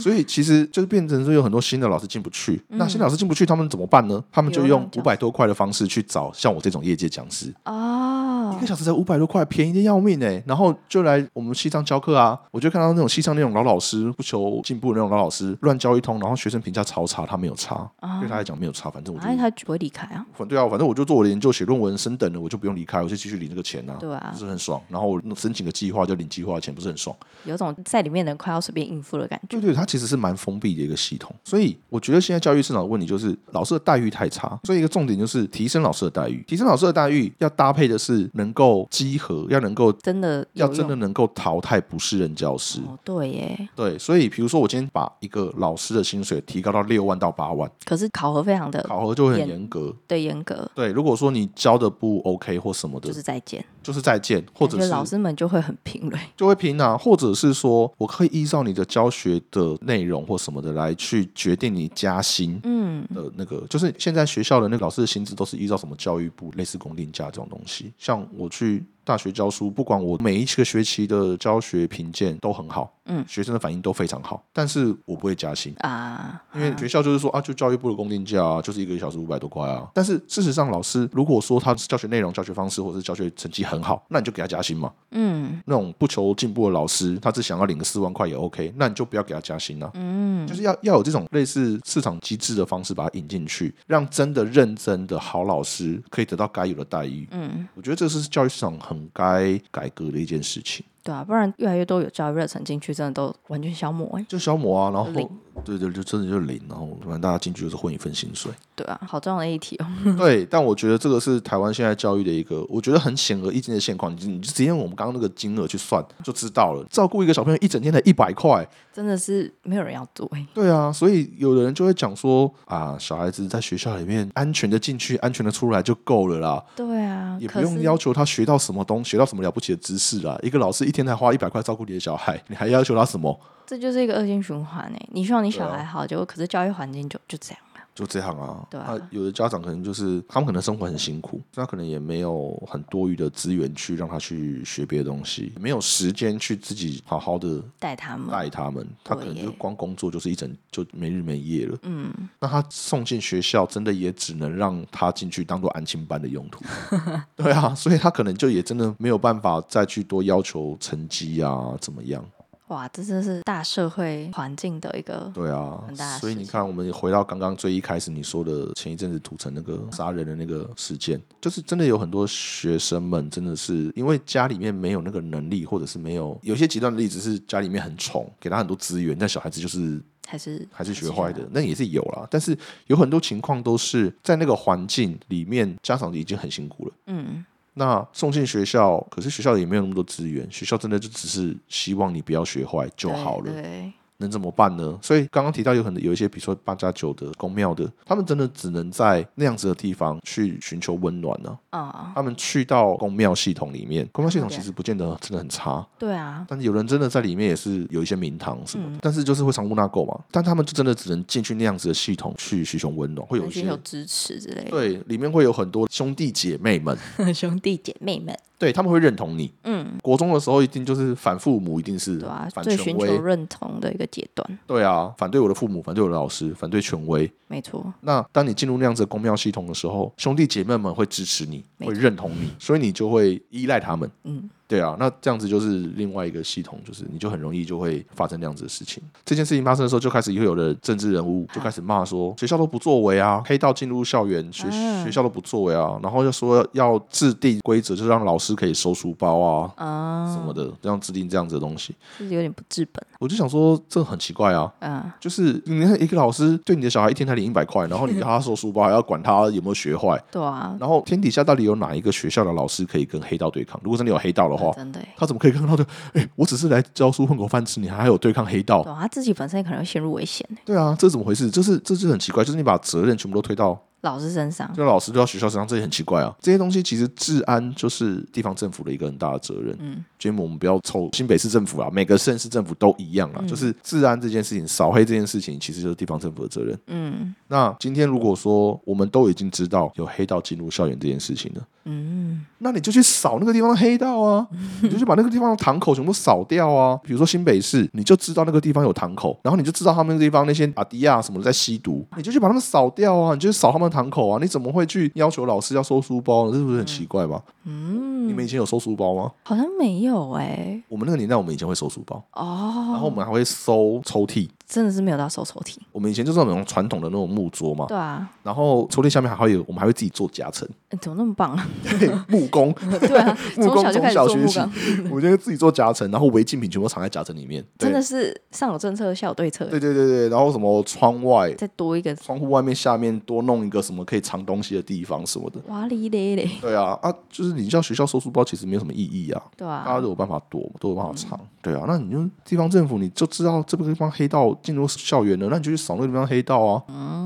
[SPEAKER 2] 所以其实就是变成说有很多新的老师进不去，
[SPEAKER 1] 嗯
[SPEAKER 2] 那新的老师进不去，他们怎么办呢？他们就
[SPEAKER 1] 比如
[SPEAKER 2] 用
[SPEAKER 1] 说
[SPEAKER 2] 五
[SPEAKER 1] 讲
[SPEAKER 2] 百多块的方式去找像我这种业界讲师，
[SPEAKER 1] 哦
[SPEAKER 2] 一个，小时才五百多块，便宜的要命哎、然后就来我们西藏教课啊，我就看到那种西藏那种老老师不求进步的那种老老师乱教一通，然后学生评价超差，他没有差，对他来讲没有差，反正我就
[SPEAKER 1] 啊哎，他不会离开啊，
[SPEAKER 2] 反对啊，反正我就做我的研究，写论文升等了，我就不用离开，我就继续领这个钱啊。
[SPEAKER 1] 对啊
[SPEAKER 2] 不，是很爽，然后我申请个计划就领计划的钱，不是很爽？
[SPEAKER 1] 有种在里面的人快要随便应付的感觉。
[SPEAKER 2] 对对，它其实是蛮封闭的一个系统，所以我觉得现在教育市场的问题就是老师的待遇太差，所以一个重点就是提升老师的待遇，提升老师的待遇要搭配的是能够集合，要能够
[SPEAKER 1] 真的有
[SPEAKER 2] 要
[SPEAKER 1] 用
[SPEAKER 2] 真的能够淘汰不是人教师。
[SPEAKER 1] 哦，对耶。
[SPEAKER 2] 对，所以比如说我今天把一个老师的薪水提高到六万到八万，
[SPEAKER 1] 可是考核非常的
[SPEAKER 2] 考核就会很
[SPEAKER 1] 严
[SPEAKER 2] 严格。
[SPEAKER 1] 对严格，
[SPEAKER 2] 对，如果说你教的不 OK 或什么
[SPEAKER 1] 就
[SPEAKER 2] 的，就是
[SPEAKER 1] 是再见，
[SPEAKER 2] 再见，或者
[SPEAKER 1] 感
[SPEAKER 2] 是
[SPEAKER 1] 觉老师们就会很评论。
[SPEAKER 2] 就会评啊，或者是说我可以依照你的教学的内容或什么的来去决定你加薪。
[SPEAKER 1] 嗯，
[SPEAKER 2] 的呃那个，就是现在学校的那个老师的薪资都是依照什么教育部类似公定价这种东西。像我去大学教书，不管我每一个学期的教学评鉴都很好，
[SPEAKER 1] 嗯，
[SPEAKER 2] 学生的反应都非常好，但是我不会加薪。
[SPEAKER 1] 啊，
[SPEAKER 2] 因为学校就是说啊，就教育部的公定价啊，就是一个小时五百多块啊。但是事实上，老师如果说他教学内容、教学方式或者是教学成绩很好，那你就给他加薪嘛。
[SPEAKER 1] 嗯
[SPEAKER 2] 那种不求进步的老师，他只想要领个四万块也 OK，那你就不要给他加薪啦、啊
[SPEAKER 1] 嗯，
[SPEAKER 2] 就是要要有这种类似市场机制的方式把它引进去，让真的认真的好老师可以得到该有的待遇。
[SPEAKER 1] 嗯，
[SPEAKER 2] 我觉得这是教育市场很该改革的一件事情，
[SPEAKER 1] 对啊，不然越来越多有教育热忱进去，真的都完全消磨、欸。
[SPEAKER 2] 就消磨啊，然后
[SPEAKER 1] 零
[SPEAKER 2] 对对，就真的就零，然后反正大家进去就是混一份薪 水。
[SPEAKER 1] 对啊，好重要的一题哦。
[SPEAKER 2] 对，但我觉得这个是台湾现在教育的一个，我觉得很显而易见的现况。你就你就直接用我们刚刚那个金额去算就知道了。照顾一个小朋友一整天才一百块，
[SPEAKER 1] 真的是没有人要做、欸，
[SPEAKER 2] 对啊，所以有的人就会讲说啊，小孩子在学校里面安全的进去，安全的出来就够了啦，
[SPEAKER 1] 对啊，
[SPEAKER 2] 也不
[SPEAKER 1] 可
[SPEAKER 2] 用
[SPEAKER 1] 是
[SPEAKER 2] 要求他学到什么东，学到什么了不起的知识啦。一个老师一天才花一百块照顾你的小孩， 你还要求他什么？
[SPEAKER 1] 这就是一个恶性循环哎、你希望你小
[SPEAKER 2] 对啊
[SPEAKER 1] 孩好，结果可是教育环境就就这样啊。
[SPEAKER 2] 就这样啊。
[SPEAKER 1] 对啊
[SPEAKER 2] 那有的家长可能就是他们可能生活很辛苦，他可能也没有很多余的资源去让他去学别的东西，没有时间去自己好好的
[SPEAKER 1] 带他们，
[SPEAKER 2] 带他们，他可
[SPEAKER 1] 嗯对
[SPEAKER 2] 能
[SPEAKER 1] 耶
[SPEAKER 2] 就光工作就是一整就没日没夜了。嗯，那他送进学校，真的也只能让他进去当做安亲班的用途。 对啊，所以他可能就也真的没有办法再去多要求成绩啊，怎么样？
[SPEAKER 1] 哇，这真是大社会环境的一个
[SPEAKER 2] 对啊
[SPEAKER 1] 很大，的
[SPEAKER 2] 所以
[SPEAKER 1] 事
[SPEAKER 2] 你
[SPEAKER 1] 情
[SPEAKER 2] 看，我们回到刚刚最一开始你说的前一阵子土城那个杀人的那个事件，就是真的有很多学生们真的是因为家里面没有那个能力，或者是没有有一些极端的例子是家里面很穷，给他很多资源，但小孩子就是
[SPEAKER 1] 还是
[SPEAKER 2] 还是学坏的，那也是有啦。但是有很多情况都是在那个环境里面，家长已经很辛苦了。
[SPEAKER 1] 嗯，
[SPEAKER 2] 那送进学校，可是学校也没有那么多资源，学校真的就只是希望你不要学坏就
[SPEAKER 1] 对
[SPEAKER 2] 好了，
[SPEAKER 1] 对，
[SPEAKER 2] 能怎么办呢？所以刚刚提到有很多有一些，比如说八加九的公庙的，他们真的只能在那样子的地方去寻求温暖呢、
[SPEAKER 1] 啊、
[SPEAKER 2] 他们去到公庙系统里面，公庙系统其实不见得真的很差，
[SPEAKER 1] 对啊，
[SPEAKER 2] 但是有人真的在里面也是有一些名堂什么
[SPEAKER 1] 嗯
[SPEAKER 2] 的，但是就是会藏污纳垢嘛。但他们就真的只能进去那样子的系统去寻求温暖，会有一
[SPEAKER 1] 寻
[SPEAKER 2] 些
[SPEAKER 1] 求支持之类
[SPEAKER 2] 对，里面会有很多兄弟姐妹们，
[SPEAKER 1] 的， 兄弟姐妹们，
[SPEAKER 2] 对他们会认同你。
[SPEAKER 1] 嗯，
[SPEAKER 2] 国中的时候一定就是反父母，一定是
[SPEAKER 1] 对啊，
[SPEAKER 2] 反
[SPEAKER 1] 最
[SPEAKER 2] 权
[SPEAKER 1] 寻
[SPEAKER 2] 威
[SPEAKER 1] 求，认同的一个阶段，
[SPEAKER 2] 对啊，反对我的父母，反对我的老师，反对权威。
[SPEAKER 1] 没错，
[SPEAKER 2] 那当你进入那样子的公庙系统的时候，兄弟姐妹们会支持你，
[SPEAKER 1] 没
[SPEAKER 2] 会
[SPEAKER 1] 错
[SPEAKER 2] 认同你，所以你就会依赖他们。
[SPEAKER 1] 嗯，
[SPEAKER 2] 对啊，那这样子就是另外一个系统，就是你就很容易就会发生那样子的事情。这件事情发生的时候，就开始又有了政治人物就开始骂说学校都不作为啊，黑道进入校园，学、
[SPEAKER 1] 啊
[SPEAKER 2] 学校都不作为啊，然后就说要制定规则，就是让老师可以收书包啊
[SPEAKER 1] 啊、
[SPEAKER 2] 什么的，这样制定这样子的东西。
[SPEAKER 1] 就是有点不治本
[SPEAKER 2] 我就想说，这很奇怪啊。
[SPEAKER 1] 啊，
[SPEAKER 2] 就是你看一个老师对你的小孩一天才领一百块，然后你叫他收书包，还要管他有没有学坏，
[SPEAKER 1] 对啊，
[SPEAKER 2] 然后天底下到底有哪一个学校的老师可以跟黑道对抗？如果真的有黑道的话，
[SPEAKER 1] 真的欸耶。
[SPEAKER 2] 他怎么可以跟 他对？哎、我只是来教书混口饭吃，你还有对抗黑道
[SPEAKER 1] 对？啊，他自己本身也可能会陷入危险耶，
[SPEAKER 2] 对啊，这怎么回事？就是这就很奇怪，就是你把责任全部都推到
[SPEAKER 1] 老师身上。
[SPEAKER 2] 就老师丢到学校身上，这也很奇怪啊。这些东西其实治安就是地方政府的一个很大的责任。嗯，所以我们不要凑新北市政府啊，每个县市政府都一样啊。就是治安这件事情，扫黑这件事情，其实就是地方政府的责任。嗯，那今天如果说我们都已经知道有黑道进入校园这件事情了，嗯，那你就去扫那个地方的黑道啊，你就去把那个地方的堂口全部扫掉啊。比如说新北市，你就知道那个地方有堂口，然后你就知道他们那个地方那些阿迪亚什么的在吸毒，你就去把他们扫掉啊，你就去扫他们的堂口啊。你怎么会去要求老师要收书包呢？这不是很奇怪吗？嗯，你们以前有收书包吗？
[SPEAKER 1] 好像没有哎、
[SPEAKER 2] 我们那个年代，我们以前会收书包，
[SPEAKER 1] 哦，
[SPEAKER 2] 然后我们还会收抽屉。
[SPEAKER 1] 真的是没有到收抽屉。
[SPEAKER 2] 我们以前就是那种传统的那种木桌嘛，
[SPEAKER 1] 对啊，
[SPEAKER 2] 然后抽屉下面还会有，我们还会自己做夹层，
[SPEAKER 1] 欸怎么那么棒啊？
[SPEAKER 2] 对，木工，
[SPEAKER 1] 对 啊，
[SPEAKER 2] 木
[SPEAKER 1] 从
[SPEAKER 2] 工
[SPEAKER 1] 小就
[SPEAKER 2] 从
[SPEAKER 1] 开始
[SPEAKER 2] 小
[SPEAKER 1] 做
[SPEAKER 2] 学
[SPEAKER 1] 木
[SPEAKER 2] 起
[SPEAKER 1] 工，，
[SPEAKER 2] 我们就自己做夹层，然后违禁品全部藏在夹层里面，对
[SPEAKER 1] 嗯真的是上有政策，下有对策欸。
[SPEAKER 2] 对对对对，然后什么窗外、
[SPEAKER 1] 再多一个
[SPEAKER 2] 窗户外面下面多弄一个什么可以藏东西的地方什么的。
[SPEAKER 1] 哇哩嘞嘞，
[SPEAKER 2] 对啊，啊，就是你叫学校收书包，其实没有什么意义啊。
[SPEAKER 1] 对
[SPEAKER 2] 大家
[SPEAKER 1] 啊，
[SPEAKER 2] 都有办法躲，都有办法藏。对啊，那你就地方政府，你就知道这个地方黑道进入校园了，那你就去扫那个地方黑道啊，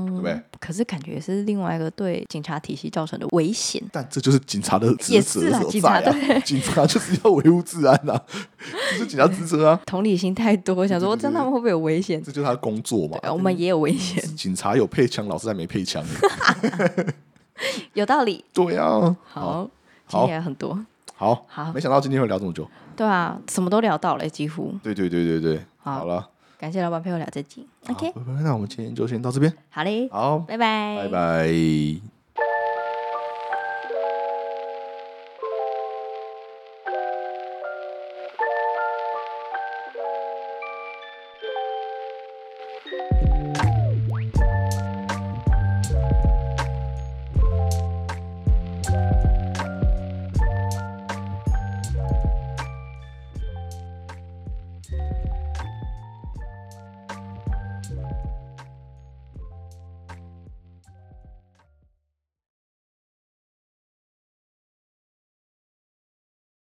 [SPEAKER 2] 对不对？
[SPEAKER 1] 可是感觉是另外一个对警察体系造成的危险。
[SPEAKER 2] 但这就是警察的职
[SPEAKER 1] 也
[SPEAKER 2] 责
[SPEAKER 1] 是啊
[SPEAKER 2] 所
[SPEAKER 1] 警
[SPEAKER 2] 在
[SPEAKER 1] 察
[SPEAKER 2] 啊，警察就是要维护治安啊， 这是警察职责啊，
[SPEAKER 1] 同理心太多，想说
[SPEAKER 2] 对
[SPEAKER 1] 我
[SPEAKER 2] 对
[SPEAKER 1] 真他们会不会有危险？
[SPEAKER 2] 这就是他的工作嘛
[SPEAKER 1] 对。我们也有危险，
[SPEAKER 2] 警察有配枪，老师还没配枪。
[SPEAKER 1] 有道理。
[SPEAKER 2] 对啊，
[SPEAKER 1] 好，今
[SPEAKER 2] 好
[SPEAKER 1] 天也很多，
[SPEAKER 2] 好，
[SPEAKER 1] 好
[SPEAKER 2] 没想到今天会聊这么久。
[SPEAKER 1] 对啊，什么都聊到了，几乎。
[SPEAKER 2] 对对对对对，
[SPEAKER 1] 好
[SPEAKER 2] 好了
[SPEAKER 1] 感谢老板陪我聊这集，OK，
[SPEAKER 2] 好拜拜那我们今天就先到这边，
[SPEAKER 1] 好嘞，
[SPEAKER 2] 好，
[SPEAKER 1] 拜拜，
[SPEAKER 2] 拜拜。